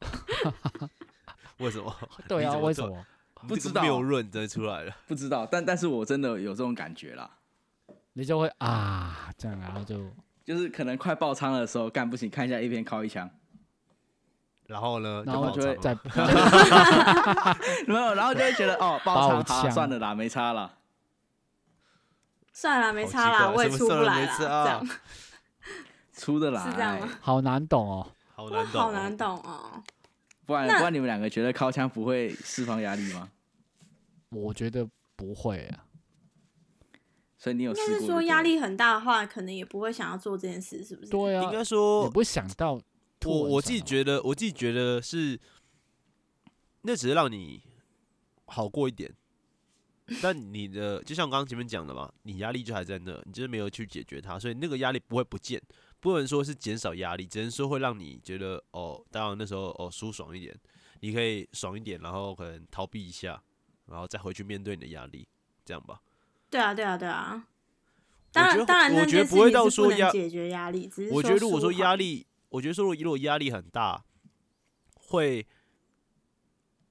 S1: [laughs] 为
S2: [laughs]
S1: 什么？
S2: 对
S1: 你
S2: 啊，
S1: 怎
S2: 为
S1: 做
S2: 什？么？
S1: 你
S3: 不
S1: [laughs] 这个
S3: 知道
S1: 谬论真的出来了。
S3: 不知道，但但是我真的有这种感觉啦，
S2: 你就会啊这样，然后就
S3: 就是可能快爆仓的时候，干不行，看一下 A 片靠一枪，
S1: 然后呢，
S2: 然后
S1: 就
S3: 就会
S1: 爆炸
S2: 再 [laughs]
S1: 嘛
S3: 没有，然后就会觉得哦，爆
S2: 爆
S3: 仓，好
S2: 枪
S3: 算了啦，没差啦。
S4: 算了，没
S1: 好
S4: 差
S1: 奇
S4: 啦，
S1: 怪
S4: 我也
S1: 什么
S4: 出
S1: 事
S4: 不
S1: 儿
S4: 来
S1: 没
S4: 啦，
S1: 事
S4: 这
S1: 啊
S4: 样
S3: 出得来，
S4: 是这样吗？
S2: 好难懂哦。
S1: 好
S4: [laughs] 哇，
S1: 难懂、
S4: 好难。懂哦。
S3: 不然
S4: 那
S3: 不然你们两个觉得靠枪不会释放压力吗？
S2: 我觉得不会啊，
S3: 所以你有
S4: 应
S3: 试
S4: 该
S3: 过
S4: 是
S3: 就
S4: 说
S3: 对
S4: 压
S3: 了
S4: 力很大的话，可能也不会想要做这件事，是不是？
S2: 对啊
S1: 应，该说
S2: 也，不会想到突
S1: 我
S2: 然
S1: 我
S2: 想
S1: 自己
S2: 到
S1: 觉得，我自己觉得是，那只是让你好过一点。但你的就像刚刚前面讲的嘛，你压力就还在那，你就是没有去解决它，所以那个压力不会不见，不能说是减少压力，只能说会让你觉得哦，当然那时候哦舒爽一点，你可以爽一点，然后可能逃避一下，然后再回去面对你的压力，这样吧。
S4: 对啊，对啊，对啊。
S1: 我
S4: 当
S1: 觉得
S4: 然，当然，
S1: 我
S4: 那
S1: 觉得
S4: 件事
S1: 不会
S4: 情
S1: 到
S4: 是
S1: 说
S4: 不能
S1: 压
S4: 解决压力，只是
S1: 我觉得如果
S4: 舒
S1: 说
S4: 缓
S1: 压力，我觉得说如果如果压力很大，会，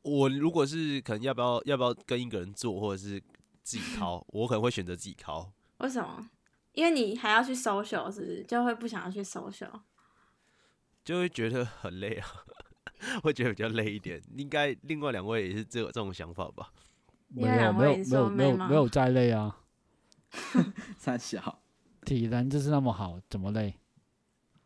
S1: 我如果是可能要不要要不要跟一个人做，或者是自己
S4: [laughs]
S1: 掏，我可能会选择自己掏。
S4: 为什么？因为你还要去 social，是不是就会不想要去 social？
S1: 就会觉得很累啊， [laughs] 会觉得比较累一点。应该另外两位也是这这种想法吧？
S2: 没
S4: 因为
S2: 有
S4: 两
S2: 没
S4: 位
S2: 有
S4: 你
S2: 没
S4: 说
S2: 有没有
S4: 妹吗
S2: 没有再累啊，
S3: 三小，
S2: 体能就是那么好，怎么累？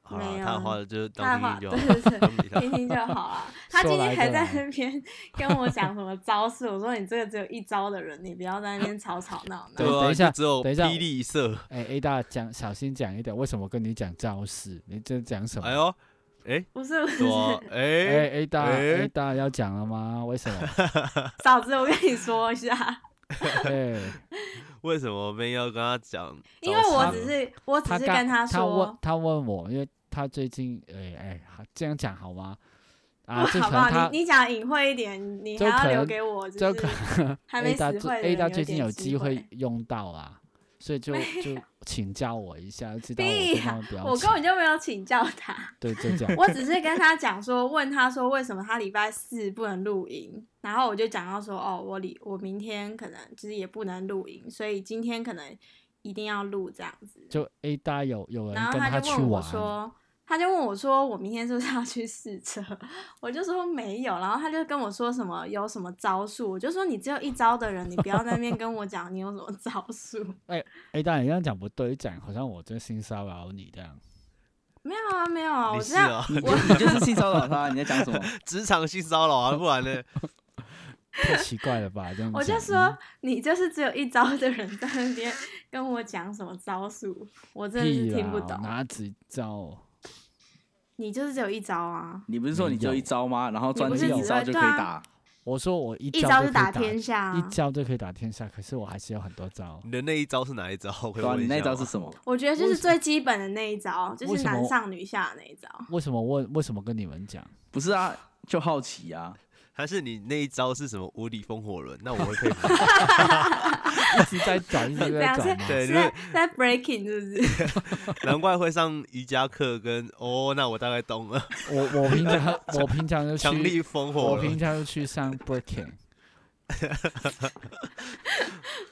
S1: 好啦，
S4: 没有
S1: 他的
S4: 啊
S1: 话就是
S4: 他的
S1: 当
S4: 话，
S1: 听听就 [laughs]
S4: 对
S1: 好了，
S4: [laughs] 对
S1: 当你
S4: 对，
S1: 啦
S4: 听听就好
S2: [laughs]
S4: 了。他
S2: 说
S4: 今天
S2: 来
S4: 还
S2: 就
S4: 在
S2: 来 [laughs]
S4: 那边跟我讲什么招式，我说你这个只有一招的人，你不要在那边吵吵闹闹。
S2: 对
S1: 啊
S2: 等
S1: 就
S2: 一下
S1: 只有
S2: 等一下
S1: 霹雳色。
S2: 哎，A 大讲小心讲一点，为什么跟你讲招式？你这讲什么？
S1: 哎呦，哎，
S4: 不是不是
S1: 对，啊，
S2: 哎、
S1: 哎，
S2: a 大、
S1: 哎
S2: A 大要讲了吗？
S1: [laughs]
S2: 为什么？
S4: 嫂子，我跟你说一
S2: [laughs]
S4: 下，
S2: 哎、
S1: 为什么妹要跟他讲？
S4: 因为我只
S1: 是。
S4: 是我只
S2: 他
S4: 是
S2: 刚
S4: 跟他
S2: 他问
S4: 说，
S2: 他问我，因为他最近哎哎、好这样讲好吗？啊，
S4: 哦好
S2: 这
S4: 不
S2: 可能
S4: 好？
S2: 他
S4: 你你讲隐晦一点，你
S2: 就
S4: 还要
S2: 可
S4: 留
S2: 能
S4: 给我，就
S2: 这
S4: 是
S2: 可能
S4: 还
S2: A
S4: 没
S2: 大
S4: 死
S2: 最
S4: 会
S2: A
S4: 的人
S2: 大
S4: 有
S2: 最近
S4: 点
S2: 有
S4: 机
S2: 机会。用到啦，所以
S4: [laughs]
S2: 就就请教我一下，知道我
S4: 屁
S2: 这
S4: 呀
S2: 方面比较
S4: 我根
S2: 强。
S4: 本就没有请教他，
S2: 对，就这样。
S4: [laughs] 我只是跟他讲说，问他说为什么他礼拜四不能录音，然后我就讲到说，哦，我礼我明天可能就是也不能录音，所以今天可能一定要录这样子。
S2: 就 A 大有有人
S4: 然后
S2: 哦跟
S4: 他就
S2: 去
S4: 问我
S2: 玩，
S4: 说，他就问我说，我明天是不是要去试车？ [laughs] 我就说没有，然后他就跟我说什么有什么招数，我就说你只有一招的人，你不要在那边跟我讲你有什么招数。 [laughs]
S2: A 大你这样讲不对，讲好像我真性骚扰你这样。
S4: 没有啊，没有啊，我
S1: 你
S4: 知
S1: 是
S4: 道。
S1: 啊，
S3: 你你就是性骚扰他，你在讲什么？
S1: 职场性骚扰啊，不然呢？
S2: 太奇怪了吧？这样
S4: 我就
S2: 讲
S4: 说你就是只有一招的人在那边跟我讲什么招数，我真的
S2: 屁
S4: 是听不
S2: 啦，
S4: 懂。
S2: 哪几招？
S4: 你就是只有一招啊，
S3: 你不是说你只有一招吗？然后专精一招就可以打？
S2: 我说我一
S4: 一
S2: 招
S4: 招
S2: 就
S4: 就
S2: 可以
S4: 打天下、啊哦
S2: 一。招就可以打天下，可是我还是有很多招。
S1: 你的那一招是哪一招？我可以
S3: 对啊，
S1: 问
S3: 你
S1: 一下吗。
S3: 那一招是什么？
S4: 我觉得就是最基本的那一招，就
S2: 为
S4: 是
S2: 什么
S4: 男上女下的那一招。
S2: 为什么问？为什么跟你们讲？
S3: 不是啊，就好奇啊。
S1: 还是你那一招是什么无敌风火轮？那
S4: [laughs]
S1: 我会佩
S4: 啊
S1: 服。
S2: 一直在转，一直在转吗？
S1: 对，
S4: 是啊
S1: 就
S4: 在
S1: 是
S4: 在 breaking 是不是？ [laughs]
S1: 难怪会上瑜伽课跟哦，那我大概懂了。
S2: 我我平常我平常就
S1: 强力
S2: 去，
S1: 风火
S2: 我平
S1: 轮，
S2: 常就去上
S1: [laughs]
S2: breaking，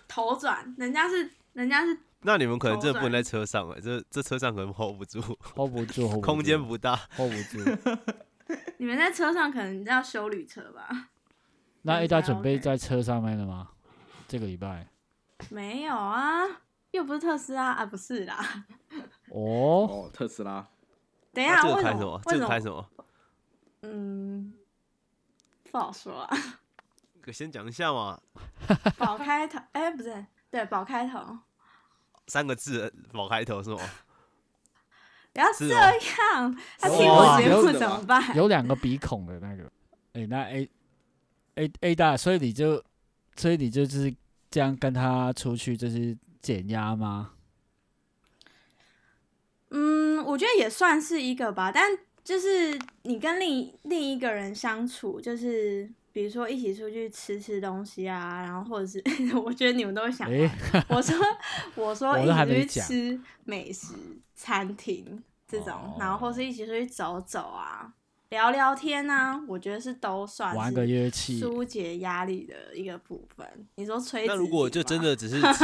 S4: 头转，人家是人家是
S1: 那你们可能真的不能在车上哎，这这车上可能 hold 不
S4: [laughs]
S1: 住，
S2: hold 不住，hold 不住
S1: 空间不大。
S2: hold 不
S1: [laughs]
S2: 住。
S4: 你们在车上可能要修旅车吧？
S2: 那 A
S4: 人
S2: 大
S4: 家
S2: 准备
S4: OK
S2: 在车上面了吗？这个礼拜
S4: 没有啊，又不是特斯拉啊，不是啦，
S2: 哦，
S3: 哦，特斯拉，
S4: 等一
S1: 那
S4: 下，
S1: 啊这
S4: 为
S1: 个
S4: 什
S1: 开什
S4: 么
S1: 么？？
S4: 为
S1: 这
S4: 什
S1: 个
S4: 么
S1: 开？什么？
S4: 嗯，不好说啊，
S1: 先讲一下嘛，
S4: 宝开头，哎、不是，对，宝开头，
S1: 三个字宝开头是吗？
S4: 不要
S1: 是
S4: 这
S1: 哦
S4: 样，他
S3: 有
S4: 听
S2: 啊
S4: 我节
S2: 有
S4: 目
S3: 的
S4: 怎
S3: 吧
S4: 么办？
S2: 有两个鼻孔的那个。哎、那 A A A 大，所以你就所以你就是这样跟他出去，就是减压吗？
S4: 嗯，我觉得也算是一个吧，但就是你跟另一另一个人相处，就是比如说一起出去吃吃东西啊，然后或者是 [laughs] 我觉得你们都会想
S2: 哎、
S4: 到，我说我说
S2: 我
S4: 一
S2: 都还
S4: 起
S2: 没
S4: 出去
S2: 讲
S4: 吃美食餐厅这种，然后或
S2: 哦
S4: 是一起出去走走啊，聊聊天啊，我觉得是都算
S2: 玩
S4: 啊是
S2: 个乐器，
S4: 疏解压力的一个部分。你说吹？
S1: 那如果就真。的只是吃，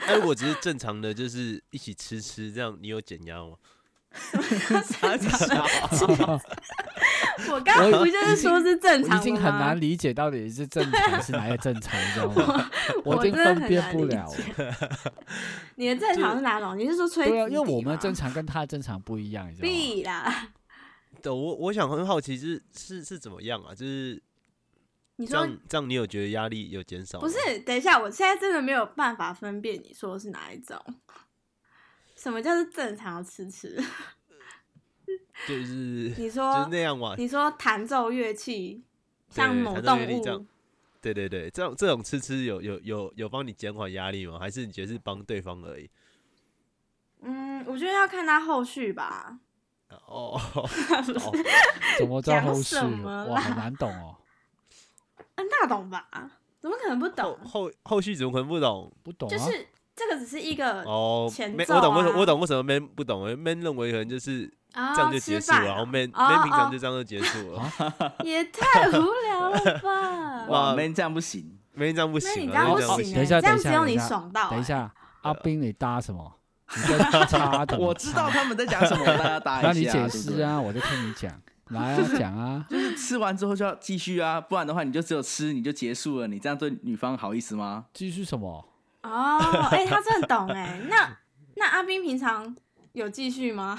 S1: 那如果只是正常的，就是一起吃吃这样，你有减压吗？
S3: 傻傻
S4: [laughs] 我刚刚不就是说是正常的
S2: 已
S4: 吗？
S2: 经很难理解到底是正常是哪个正常，你知道吗？
S4: [laughs] 我
S2: 我已经
S4: 真的
S2: 分
S4: 很
S2: 辨
S4: 难
S2: 不
S4: 理
S2: 了
S4: 解。你的正常是哪种？你是说吹？
S2: 对啊，因为我们正常跟他正常不一样，你知道吗？
S1: [laughs]
S4: B 啦。
S1: 对，我我想很好奇，就是是是怎么样啊？就是
S4: 你
S1: 这
S4: 说
S1: 样哦这样，你有觉得压力有减少吗？
S4: 不是？等一下，我现在真的没有办法分辨你说的是哪一种。什么叫做正常的吃吃？
S1: 就是
S4: 你
S1: 就是
S4: 说
S1: 那样嘛。
S4: 你说弹奏乐器，像
S1: 对
S4: 某
S1: 弹奏
S4: 动
S1: 乐器这样
S4: 物，
S1: 对对对，这种这种吃吃有有有有帮你减缓压力吗？还是你觉得是帮对方而已？
S4: 嗯，我觉得要看他后续吧。啊
S1: 哦，哦
S2: 怎么在
S4: 讲
S2: 后续？
S4: 什么
S2: 哇，
S4: 啦
S2: 好难懂哦，
S4: 嗯，大懂吧？怎么可能不懂？
S1: [laughs] 后后续怎么可能不懂？
S2: 不懂
S4: 就
S2: 啊。
S4: 是这个只是一个
S1: 哦
S4: 呃前，
S1: 没
S4: 奏
S1: 我懂为什
S4: 啊
S1: 么我懂为什么 man 不懂，man 认为可能就是
S4: 啊，
S1: 这样就
S4: 吃
S1: 结束
S4: 饭
S1: 了，然后 man
S4: 哦
S1: man 平
S4: 哦
S1: 常就这样就结束了。
S2: [laughs]
S4: 也太无聊了吧？
S3: 哇
S1: 哇
S3: ，man 这样不行，
S1: 没这样不行
S4: 那
S1: 啊，
S4: 你这
S1: 那
S4: 样不
S1: 这样
S2: 不行
S4: 行、欸，
S2: 等一下
S4: 这样
S2: 等一下
S4: 只有
S2: 等
S4: 你
S2: 一下
S4: 爽到、欸。
S2: 等一，下，阿
S1: 对啊
S2: 斌，你搭什
S3: [laughs]
S2: 么？你在插等
S3: 哎我
S2: [laughs]
S3: 知道
S2: 插
S3: 他们在讲 [laughs] 什么，大家搭一下，
S2: 那你解
S3: 对不
S2: 释
S3: 对，
S2: 啊，我在听你
S3: [laughs]
S2: 讲，来啊，讲啊，
S3: 就是吃完之后就要继续啊，不然的话你就只有吃你就结束了，你这样对女方好意思吗？
S2: 继续什么？
S4: 哦，哎、他真的懂哎、
S2: [laughs]
S4: 那那阿斌平常有继续吗？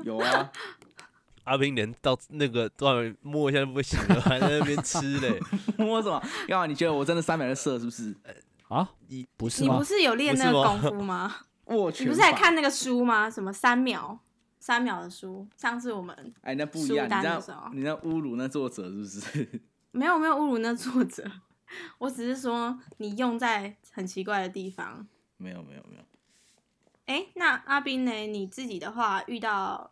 S3: 有啊， [laughs]
S1: 阿兵连到那个都还没摸一下都不行了，还在那边吃
S4: [laughs]
S1: 嘞。
S3: 摸什么？要么你觉得我真的三秒就射是不是？
S2: 啊
S1: 你，
S2: 不是
S4: 你
S2: 吗
S4: 不？是有练那个
S1: 不是
S4: 功
S1: 吗
S2: [laughs]
S4: 夫吗？
S3: 握
S4: 你
S3: 拳，
S4: 不是还？看那个书吗？什么三秒三秒的书？上次我们
S3: 哎，那不一样，
S4: 书
S3: 你
S4: 单
S3: 这
S4: 的
S3: 样
S4: 时候
S3: 你这样侮辱那作者是不是？ [laughs]
S4: 没有没有侮辱那作者，我只是说你用在很奇怪的地方。
S3: 没有没有没有，
S4: 哎、那阿斌呢？你自己的话遇到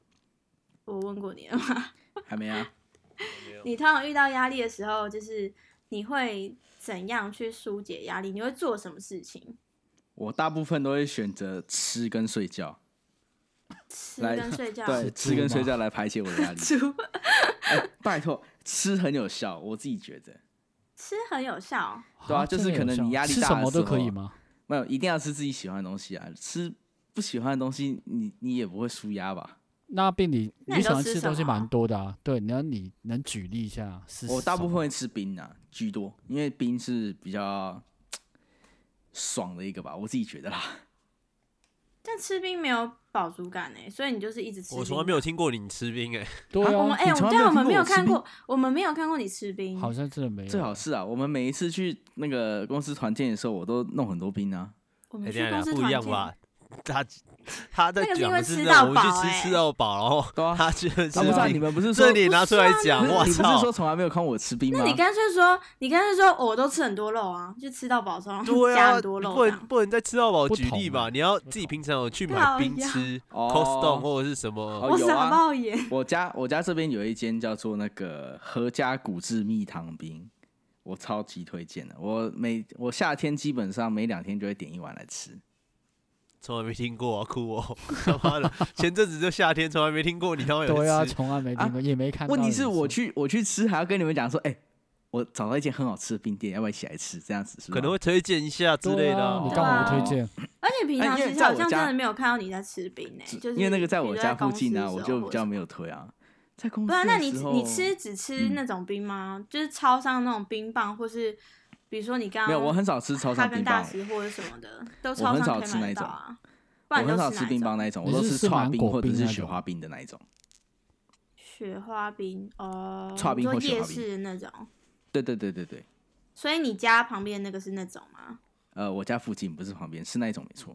S4: 我问过你了吗？
S3: 还没啊。
S4: 你通常遇到压力的时候，就是你会怎样去疏解压力？你会做什么事情？
S3: 我大部分都会选择吃跟睡觉，
S4: 吃
S3: 来
S4: 跟睡觉？
S2: 吃
S3: 对，
S2: 猪
S3: 吃跟
S2: 吗
S3: 睡觉来排解我
S1: [laughs]
S3: 的压力。
S4: 猪
S3: 哎，拜托，吃很有效，我自己觉得。
S4: 吃很有效，
S3: 对啊
S2: 真的
S3: 就是可
S2: 有
S3: 能
S2: 效
S3: 你压力
S2: 吃
S3: 大
S2: 什
S3: 的
S2: 么都
S3: 时
S2: 可以
S3: 候
S2: 吗？
S3: 没有，一定要吃自己喜欢的东西啊！吃不喜欢的东西，你你也不会舒压吧？
S2: 那病你
S4: 那
S2: 你
S4: 你
S2: 喜
S4: 都
S2: 欢
S4: 吃
S2: 吃的
S4: 什
S2: 东西
S4: 么
S2: 蛮多的啊，对，那你能举例一下是？
S3: 我大部分会吃冰啊，居多，因为冰是比较爽的一个吧，我自己觉得啦。
S4: 但吃冰没有饱足感哎、所以你就是一直吃冰。
S1: 我从来没有听过你吃冰哎，
S2: 对
S4: 我们
S2: 啊，
S4: 哎、我
S3: 从
S4: 们
S3: 来没
S4: 对啊，
S3: 有
S4: 我们
S3: 听
S4: 没
S3: 过
S4: 有
S3: 我吃
S4: 看
S3: 冰
S4: 过，我们没有看过你吃冰。
S2: 好像真的没有。
S3: 最好是啊，我们每一次去那个公司团建的时候，我都弄很多冰啊。
S4: 我
S1: 哎等一
S4: 们去
S1: 下
S4: 公司
S1: 不一
S4: 团
S1: 样
S4: 建，
S1: 吧？他他在
S4: 那个是
S1: 讲的是
S4: 因为吃
S1: 那
S4: 到
S1: 种我们
S4: 饱
S1: 去
S4: 哎
S1: 吃吃到饱，然后
S3: 对啊
S1: 他去吃
S3: 啊不是啊，你
S1: 冰，
S3: 们不是说
S1: 这里拿出来
S2: 啊
S1: 讲，我
S3: 你不是说
S1: 操！
S4: [laughs]
S3: 从来没有看我吃冰吗
S4: 那？你干脆说，你干脆说、哦我都吃很多肉啊，就吃到饱之后然后
S1: 对
S4: [laughs] 加
S1: 啊，
S4: 很多
S1: 你
S4: 肉
S1: 不
S4: 这
S1: 能
S4: 样。
S1: 不能再吃到饱
S2: 不
S1: 举例
S2: 同啊
S1: 嘛，你要自己平常有去买
S4: 靠
S1: 冰
S4: 腰
S2: [laughs]
S1: 吃
S3: 哦
S1: Costco 或者是什么
S3: 哦
S4: 我
S3: 有
S4: 傻
S3: 啊
S4: 爆眼，
S3: 我家我家这边有一间叫做那个何家古制蜜糖冰，我超级推荐的。我每我夏天基本上每两天就会点一碗来吃。
S1: 从来没听过啊，哭哦！ [laughs] 他妈的，前阵子就夏天，从来没听过你他妈有
S2: 对啊，
S1: 在吃。
S2: 从来没听
S3: 啊
S2: 过，也没看到
S3: 问
S2: 有人
S3: 题
S2: 吃。
S3: 是我去我去吃，还要跟你们讲说，哎、我找到一间很好吃的冰店，要不要一起来吃？这样子是吧
S1: 可能会推荐一下之类
S2: 对
S1: 的
S2: 啊
S1: 啊。
S2: 你干嘛
S4: 对啊
S2: 不推荐？
S4: 而且平
S3: 哎
S4: 常
S3: 因为
S4: 其实
S3: 在
S4: 好
S3: 我
S4: 像真
S3: 家
S4: 的没有看到你在吃冰呢、就是
S3: 因为那个在我
S4: 比如
S3: 家附
S4: 公司
S3: 近啊，
S4: 的时
S3: 我
S4: 候
S3: 就
S4: 或
S3: 比
S4: 者
S3: 较没有推啊。在公司
S4: 不然，那
S3: 的
S4: 你
S3: 时
S4: 只
S3: 候嗯
S4: 你吃只吃那种冰吗？就是超商那种冰棒，或是比如说你刚刚
S3: 没有？我很少吃超
S4: 哈
S3: 商
S4: 根
S3: 冰
S4: 大
S3: 棒，
S4: 师或者什么的，都
S3: 我
S4: 超
S3: 很
S4: 商
S3: 少
S4: 可以
S3: 吃那
S4: 买
S3: 一
S4: 得到
S3: 种
S4: 啊。不
S3: 我
S4: 然你
S3: 很
S4: 都
S3: 少
S4: 吃
S3: 吃
S4: 哪一
S3: 冰棒
S4: 种？
S3: 那一种，
S2: 你
S3: 我都
S2: 是
S3: 吃
S2: 吃
S3: 刨
S2: 芒
S3: 冰
S2: 果
S3: 或者
S2: 冰
S3: 是
S2: 那
S3: 雪
S2: 种
S3: 花冰的那一种。
S4: 雪花冰哦，你
S3: 刨冰
S4: 说
S3: 或雪
S4: 夜
S3: 花冰
S4: 市的那种，
S3: 对对对对对，
S4: 所以你家旁边那个是那种吗？
S3: 呃，我家附近不是旁边，是那一种没错。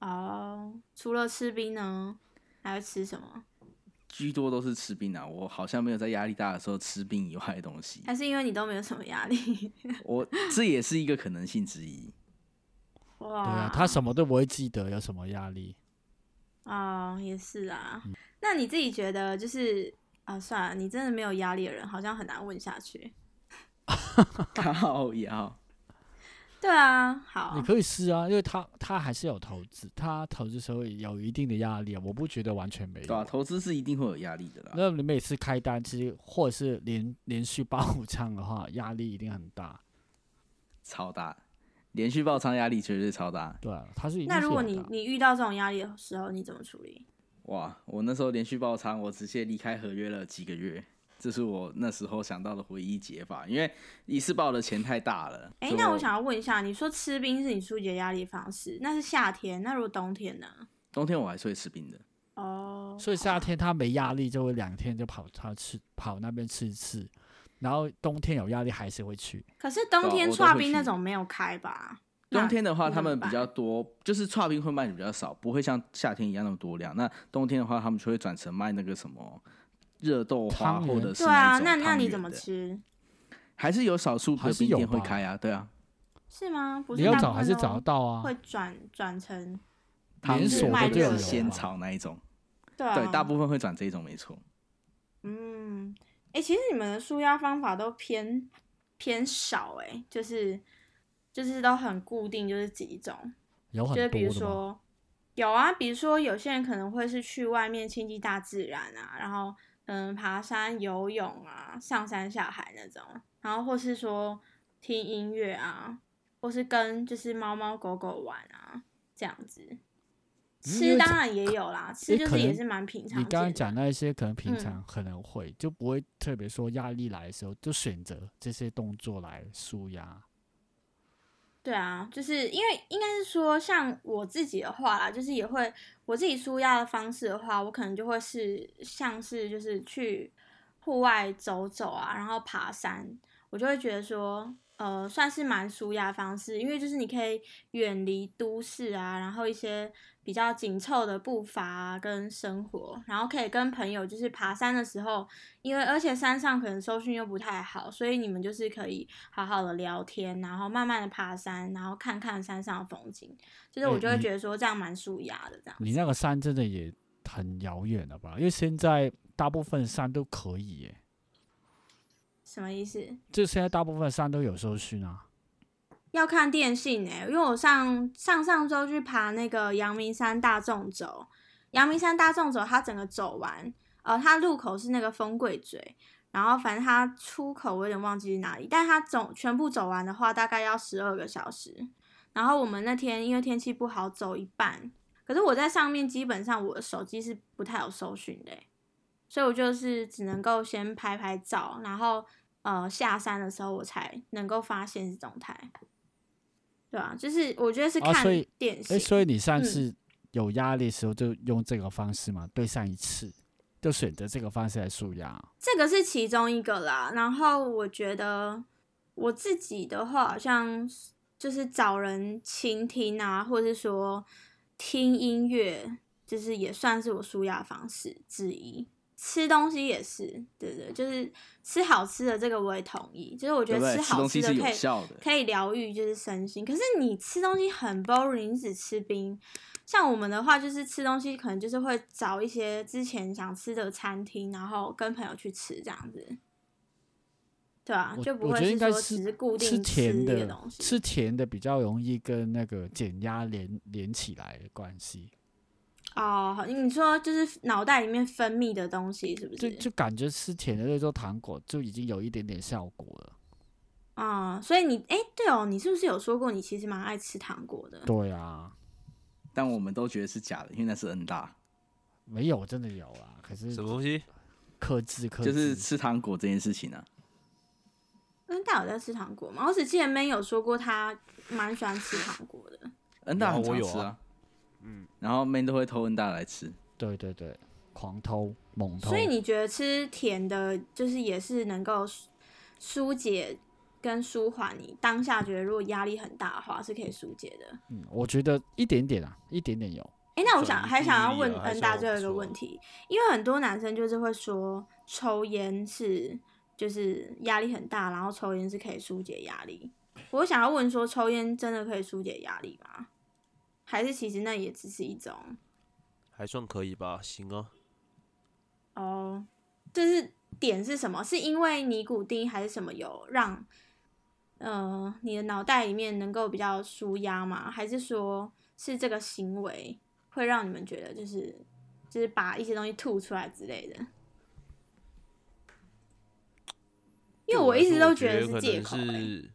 S4: 哦，除了吃冰呢，还会吃什么？
S3: 居多都是吃冰啊，我好像没有在压力大的时候吃冰以外的东西，
S4: 还是因为你都没有什么压力？
S3: 我这也是一个可能性之
S4: [laughs]
S3: 一。
S4: 哇，
S2: 对啊，他什么都不会记得，有什么压力？
S4: 哦，也是啊。
S3: 嗯
S4: 那你自己觉得就是啊，算了，你真的没有压力的人，好像很难问下去。
S3: 靠腰，啊
S4: 对啊，好
S2: 你，可以试啊，因为他他还是有投资，他投资时候有一定的压力啊，我不觉得完全没
S3: 对啊
S2: 有
S3: 吧、
S2: 啊。
S3: 投资是一定会有压力的啦。
S2: 那你每次开单，其实或者是连连续爆五仓的话，压力一定很大。
S3: 超大，连续爆仓压力绝对超大。
S2: 对啊，他是一定
S4: 那
S2: 是
S4: 如果
S2: 有
S4: 你
S2: 的
S4: 你遇到这种压力的时候，你怎么处理？
S3: 哇，我那时候连续爆仓，我直接离开合约了几个月，这是我那时候想到的唯一解法，因为一次爆的钱太大了。
S4: 哎、
S3: 所以
S4: 那我想要问一下，你说吃冰是你疏解压力的方式，那是夏天，那如果冬天呢？
S3: 冬天我还是会吃冰的，
S4: 哦，
S2: 所以
S4: 好
S2: 夏
S4: 吧
S2: 天他没压力，就会两天就跑他吃跑那边吃一次，然后冬天有压力还是会去。
S4: 可是冬
S3: 对啊
S4: 天
S3: 我都
S4: 刨
S3: 会
S4: 冰
S3: 去
S4: 那种没有开吧？
S3: 冬天的话
S4: 那
S3: 他们
S4: 怎么
S3: 比较
S4: 办
S3: 多，就是刨冰会卖的比较少，不会像夏天一样那么多量。那冬天的话，他们就会转成卖那个什么热豆花
S2: 汤圆
S3: 或者是
S4: 对
S3: 一
S4: 啊，
S3: 种
S4: 那那
S3: 汤
S4: 你
S3: 圆
S4: 怎么
S3: 的？
S4: 吃？
S3: 还是有少数
S2: 还
S3: 的
S2: 是
S3: 冰
S2: 有
S3: 店会
S2: 吧
S3: 开啊，对啊，
S4: 是吗？不
S2: 你
S4: 是
S2: 要
S4: 大
S2: 找
S4: 部
S2: 还
S4: 分
S2: 是
S4: 都
S2: 找得到啊
S4: 会？转转成
S3: 汤
S2: 连
S3: 圆
S2: 锁的
S3: 或
S4: 卖
S2: 就
S3: 者
S2: 有
S3: 是
S4: 热
S2: 啊
S3: 仙草那一种，
S4: 对啊，
S3: 对，大部分会转这一种没错。
S4: 嗯，哎、其实你们的舒压方法都偏偏少哎、就是就是都很固定，就是几种，
S2: 有很
S4: 就是比
S2: 多的
S4: 如
S2: 嘛。
S4: 说有啊，比如说有些人可能会是去外面亲近大自然啊，然后嗯爬山、游泳啊、上山下海那种，然后或是说听音乐啊，或是跟就是猫猫狗狗玩啊这样子。
S2: 嗯因
S4: 吃
S2: 为
S4: 当
S2: 这
S4: 然也有啦，吃
S2: 因为
S4: 就
S2: 可
S4: 是也
S2: 能
S4: 是蛮平常
S2: 你
S4: 见的。
S2: 刚刚讲那一些，可能平
S4: 嗯
S2: 常可能会、就不会特别说压力来的时候就选择这些动作来舒压。
S4: 对啊，就是因为应该是说，像我自己的话啦，就是也会我自己舒压的方式的话，我可能就会是像是就是去户外走走啊，然后爬山，我就会觉得说，呃，算是蛮舒压的方式，因为就是你可以远离都市啊，然后一些比较紧凑的步伐、啊、跟生活，然后可以跟朋友就是爬山的时候，因为而且山上可能收讯又不太好，所以你们就是可以好好的聊天，然后慢慢的爬山，然后看看山上的风景。就是
S2: 哎
S4: 我就会
S2: 你
S4: 觉得说这样蛮舒压的这样。
S2: 你那个山真的也很遥远了吧？因为现在大部分山都可以耶、
S4: 什么意思？
S2: 就现在大部分山都有收讯啊。
S4: 要看电信哎、因为我上上上周去爬那个阳明山大纵走，阳明山大纵走它整个走完，呃，它入口是那个风柜嘴，然后反正它出口我有点忘记是哪里，但它总全部走完的话大概要十二个小时。然后我们那天因为天气不好走一半，可是我在上面基本上我的手机是不太有搜寻的欸、所以我就是只能够先拍拍照，然后呃下山的时候我才能够发现实动态。对啊，就是我觉得是
S2: 啊
S4: 看
S2: 所以
S4: 典
S2: 哎、
S4: 型。
S2: 所以你上
S4: 嗯
S2: 次有压力的时候就用这个方式嘛？对上一次就选择这个方式来舒压。
S4: 这个是其中一个啦。然后我觉得我自己的话，好像就是找人倾听啊，或者是说听音乐，就是也算是我舒压方式之一。吃东西也是，对对，就是吃好吃的这个我也同意。就是我觉
S3: 对不
S4: 得
S3: 对？吃
S4: 好
S3: 东
S4: 吃
S3: 西
S4: 的
S3: 是有
S4: 可以
S3: 效的。
S4: 可以疗愈就是身心。可是你吃东西很 boring，你只吃冰。像我们的话，就是吃东西可能就是会找一些之前想吃的餐厅，然后跟朋友去吃这样子。对啊，
S2: 我
S4: 就不
S2: 我
S4: 会
S2: 觉得应该
S4: 说
S2: 是
S4: 只是固
S2: 吃
S4: 定
S2: 甜
S4: 一个
S2: 的
S4: 东，西。
S2: 吃甜的比较容易跟那个减压连连起来的关系，
S4: 哦，好你说就是脑袋里面分泌的东西是不？
S2: 就是就感觉吃甜的那种糖果就已经有一点点效果了。
S4: 啊、所以你哎、对哦，你是不是有说过你其实蛮爱吃糖果的？
S2: 对啊，
S3: 但我们都觉得是假的，因为那是 N 大，
S2: 没有真的有啊，可是
S1: 什么东西？
S2: 克制克制，
S3: 就是吃糖果这件事情啊。
S4: 嗯，大有在吃糖果吗？我只记得 May 有说过他蛮喜欢吃糖果的。
S3: N
S1: 有啊
S3: 大很
S1: 我
S3: 常
S1: 有
S3: 吃
S1: 啊
S3: 啊，嗯，然后 man 都会偷 N 大来吃，
S2: 对对对，狂偷猛偷。
S4: 所以你觉得吃甜的，就是也是能够疏疏解跟舒缓你当下觉得如果压力很大的话是可以疏解的。
S2: 嗯，我觉得一点点啊，一点点有。
S4: 哎、那我
S1: 转
S4: 想
S1: 移
S4: 还
S1: 注
S4: 想
S1: 意
S4: 要
S1: 力
S4: 问
S1: 啊还
S4: 恩
S1: 是
S4: 大
S1: 要
S4: 最后一个
S1: 说
S4: 问题，因为很多男生就是会说抽烟是就是压力很大，然后抽烟是可以疏解压力。我想要问说，抽烟真的可以疏解压力吗？还是其实那也只是一种
S1: 还算可以吧，行啊。
S4: 哦，就是点是什么？是因为尼古丁还是什么有让，呃，你的脑袋里面能够比较舒压吗？还是说是这个行为会让你们觉得就是就是把一些东西吐出来之类的？因为
S1: 对我
S4: 我一直
S1: 来说
S4: 都
S1: 我
S4: 觉
S1: 觉
S4: 得
S1: 可
S4: 是借
S1: 能
S4: 口、欸，
S1: 是，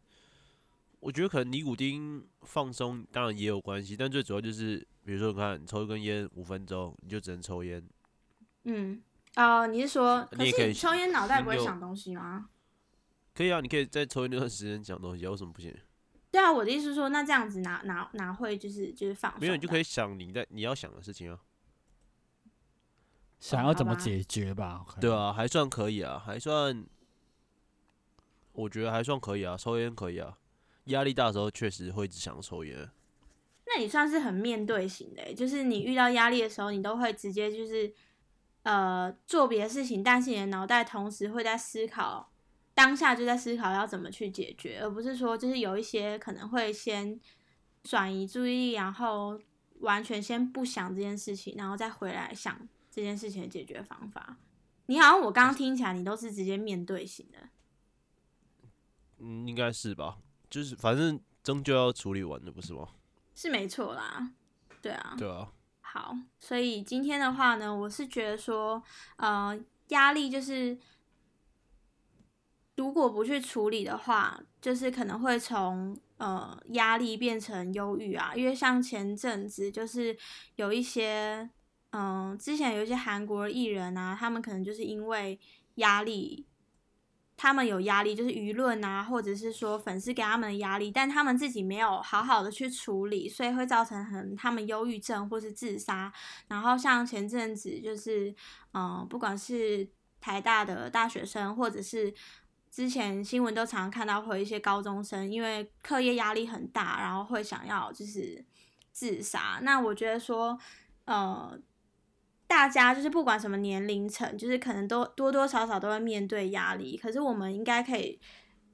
S1: 我觉得可能尼古丁放松当然也有关系，但最主要就是，比如说你看你抽一根烟五分钟，你就只能抽烟，
S4: 嗯，哦、你是说，
S1: 你
S4: 可
S1: 也
S4: 是
S1: 可以
S4: 你抽烟脑袋不会
S1: 用
S4: 想东西吗？
S1: 可以啊，你可以在抽烟那段时间讲东西啊，为什么不行？
S4: 对啊，我的意思是说，那这样子哪哪哪会就是就是放松？
S1: 没有，你就可以想你在你要想的事情啊。
S2: 想要
S4: 好
S2: 怎么
S4: 吧
S2: 解决吧？可能
S1: 对，啊，还算可以啊，还算，我觉得还算可以啊，抽烟可以啊。压力大的时候确实会一直想抽烟，
S4: 那你算是很面对型的欸，就是你遇到压力的时候，你都会直接就是呃做别的事情，但是你的脑袋同时会在思考，当下就在思考要怎么去解决，而不是说就是有一些可能会先转移注意力，然后完全先不想这件事情，然后再回来想这件事情的解决方法。你好像我刚刚听起来，你都是直接面对型的。
S1: 嗯，应该是吧？就是反正终究要处理完的，不是吗？
S4: 是没错啦，对啊，
S1: 对啊，
S4: 好，所以今天的话呢，我是觉得说，呃，压力就是如果不去处理的话，就是可能会从呃压力变成忧郁啊，因为像前阵子就是有一些，嗯、之前有一些韩国艺人啊，他们可能就是因为压力。他们有压力，就是舆论啊，或者是说粉丝给他们的压力，但他们自己没有好好的去处理，所以会造成很他们忧郁症或是自杀。然后像前阵子就是，嗯、不管是台大的大学生，或者是之前新闻都常常看到，会有一些高中生因为课业压力很大，然后会想要就是自杀。那我觉得说，呃，大家就是不管什么年龄层，就是可能都多多少少都会面对压力，可是我们应该可以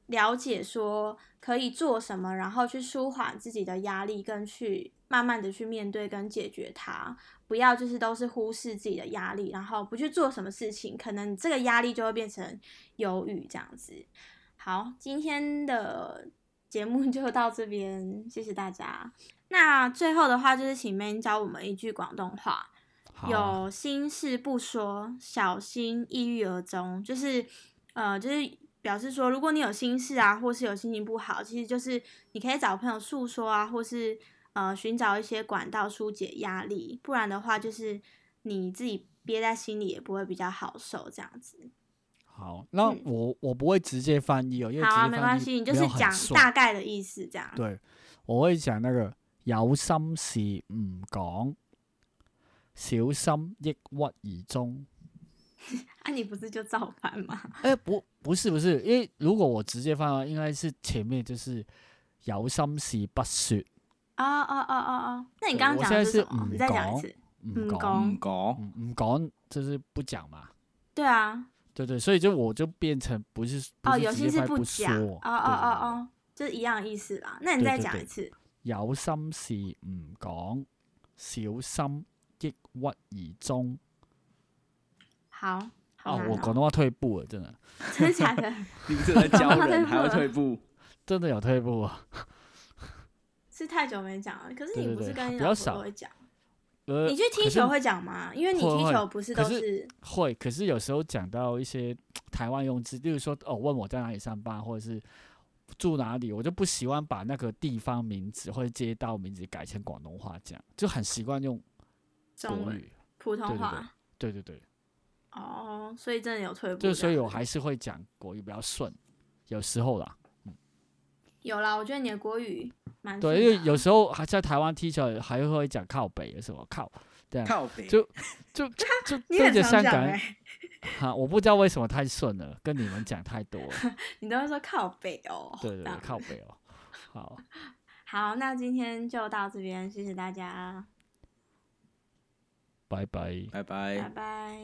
S4: 了解说可以做什么，然后去舒缓自己的压力，跟去慢慢的去面对跟解决它，不要就是都是忽视自己的压力，然后不去做什么事情，可能这个压力就会变成忧郁这样子。好，今天的节目就到这边，谢谢大家。那最后的话就是请 Man 教我们一句广东话。
S2: 好啊
S4: 有心事不说，小心抑郁而终。就是，呃，就是表示说，如果你有心事啊，或是有心情不好，其实就是你可以找朋友诉说啊，或是呃寻找一些管道疏解压力。不然的话，就是你自己憋在心里也不会比较好受。这样子，
S2: 好，那
S4: 嗯
S2: 我我不会直接翻译哦，因为直
S4: 好啊，
S2: 接
S4: 没
S2: 翻
S4: 关
S2: 译
S4: 系，你就
S2: 没
S4: 是
S2: 有很
S4: 讲
S2: 顺
S4: 大概的意思这样。
S2: 对，我会讲那个有心事唔講，小心抑鬱而
S4: [laughs]
S2: 終。
S4: 啊，你不是就照搬吗？ [laughs]
S2: 哎、不，不是，不是，因为如果我直接翻的话，应该是前面就是有心事不說，
S4: 啊啊啊啊啊！那你
S2: 对
S4: 刚刚
S2: 我
S4: 讲
S2: 現在
S4: 的是
S2: 是
S4: 什么？
S2: 唔
S4: 你再讲一
S2: 講
S4: 次。
S2: 唔
S4: 唔
S2: 講，
S4: 講
S3: 唔講，
S2: 唔唔講就是不講嘛。
S4: 对啊，
S2: 对对，所以就我就变成不是不
S4: 哦，
S2: 是
S4: 有
S2: 直
S4: 心
S2: 接
S4: 事
S2: 翻不
S4: 讲，
S2: 說
S4: 哦哦哦，哦，就是一样的意思啦。那你
S2: 对
S4: 再
S2: 对
S4: 讲
S2: 对
S4: 一次，
S2: 對對對有心事唔講，小心抑鬱而終。
S4: 好，好
S2: 啊，
S4: 难
S2: 我廣
S4: 哦，
S2: 東話退步了，真的。
S4: 真的假的？ [laughs]
S3: 你这在教人还会退步？
S2: 真的有退步啊！
S4: 是太久没讲了，可是
S2: 对对
S4: 你不是
S2: 对
S4: 跟
S2: 比
S4: 你
S2: 较
S4: 老婆
S2: 少
S4: 都会讲？
S2: 呃
S4: 你去踢
S2: 可是
S4: 球会讲吗？因为你
S2: 会
S4: 踢
S2: 会
S4: 球不是
S2: 可
S4: 都
S2: 是
S4: 是
S2: 会，可是有时候讲到一些台湾用字，例如说哦，问我在哪里上班，或者是住哪里，我就不喜欢把那个地方名字或者街道名字改成广东话讲，就很习惯用
S4: 中
S2: 国
S4: 文
S2: 语。
S4: 普
S2: 对
S4: 通
S2: 对
S4: 话？
S2: 对对对，
S4: 哦，所以真的有退步这
S2: 就
S4: 样子。
S2: 所以我还是会讲国语比较顺，有时候啦。
S4: 有啦，我觉得你的国语蛮
S2: 对，
S4: 顺
S2: 因
S4: 的
S2: 为
S4: 啊
S2: 有时候还在台湾踢球还会讲靠北，什么靠这样
S3: 靠北，
S2: 就
S4: [laughs]
S2: 就就就
S4: 你
S2: 对
S4: 很
S2: 着
S4: 常
S2: 香
S4: 讲
S2: 港
S4: 哎、
S2: 人哈，我不知道为什么太顺了，跟你们讲太多了，
S4: [laughs] [laughs] 你都会说靠北哦。
S2: 对对
S4: 这
S2: 对，
S4: 样
S2: 靠北哦。好，
S4: 好，那今天就到这边，谢谢大家，
S2: 拜拜。
S3: 拜拜哎
S4: 拜。拜。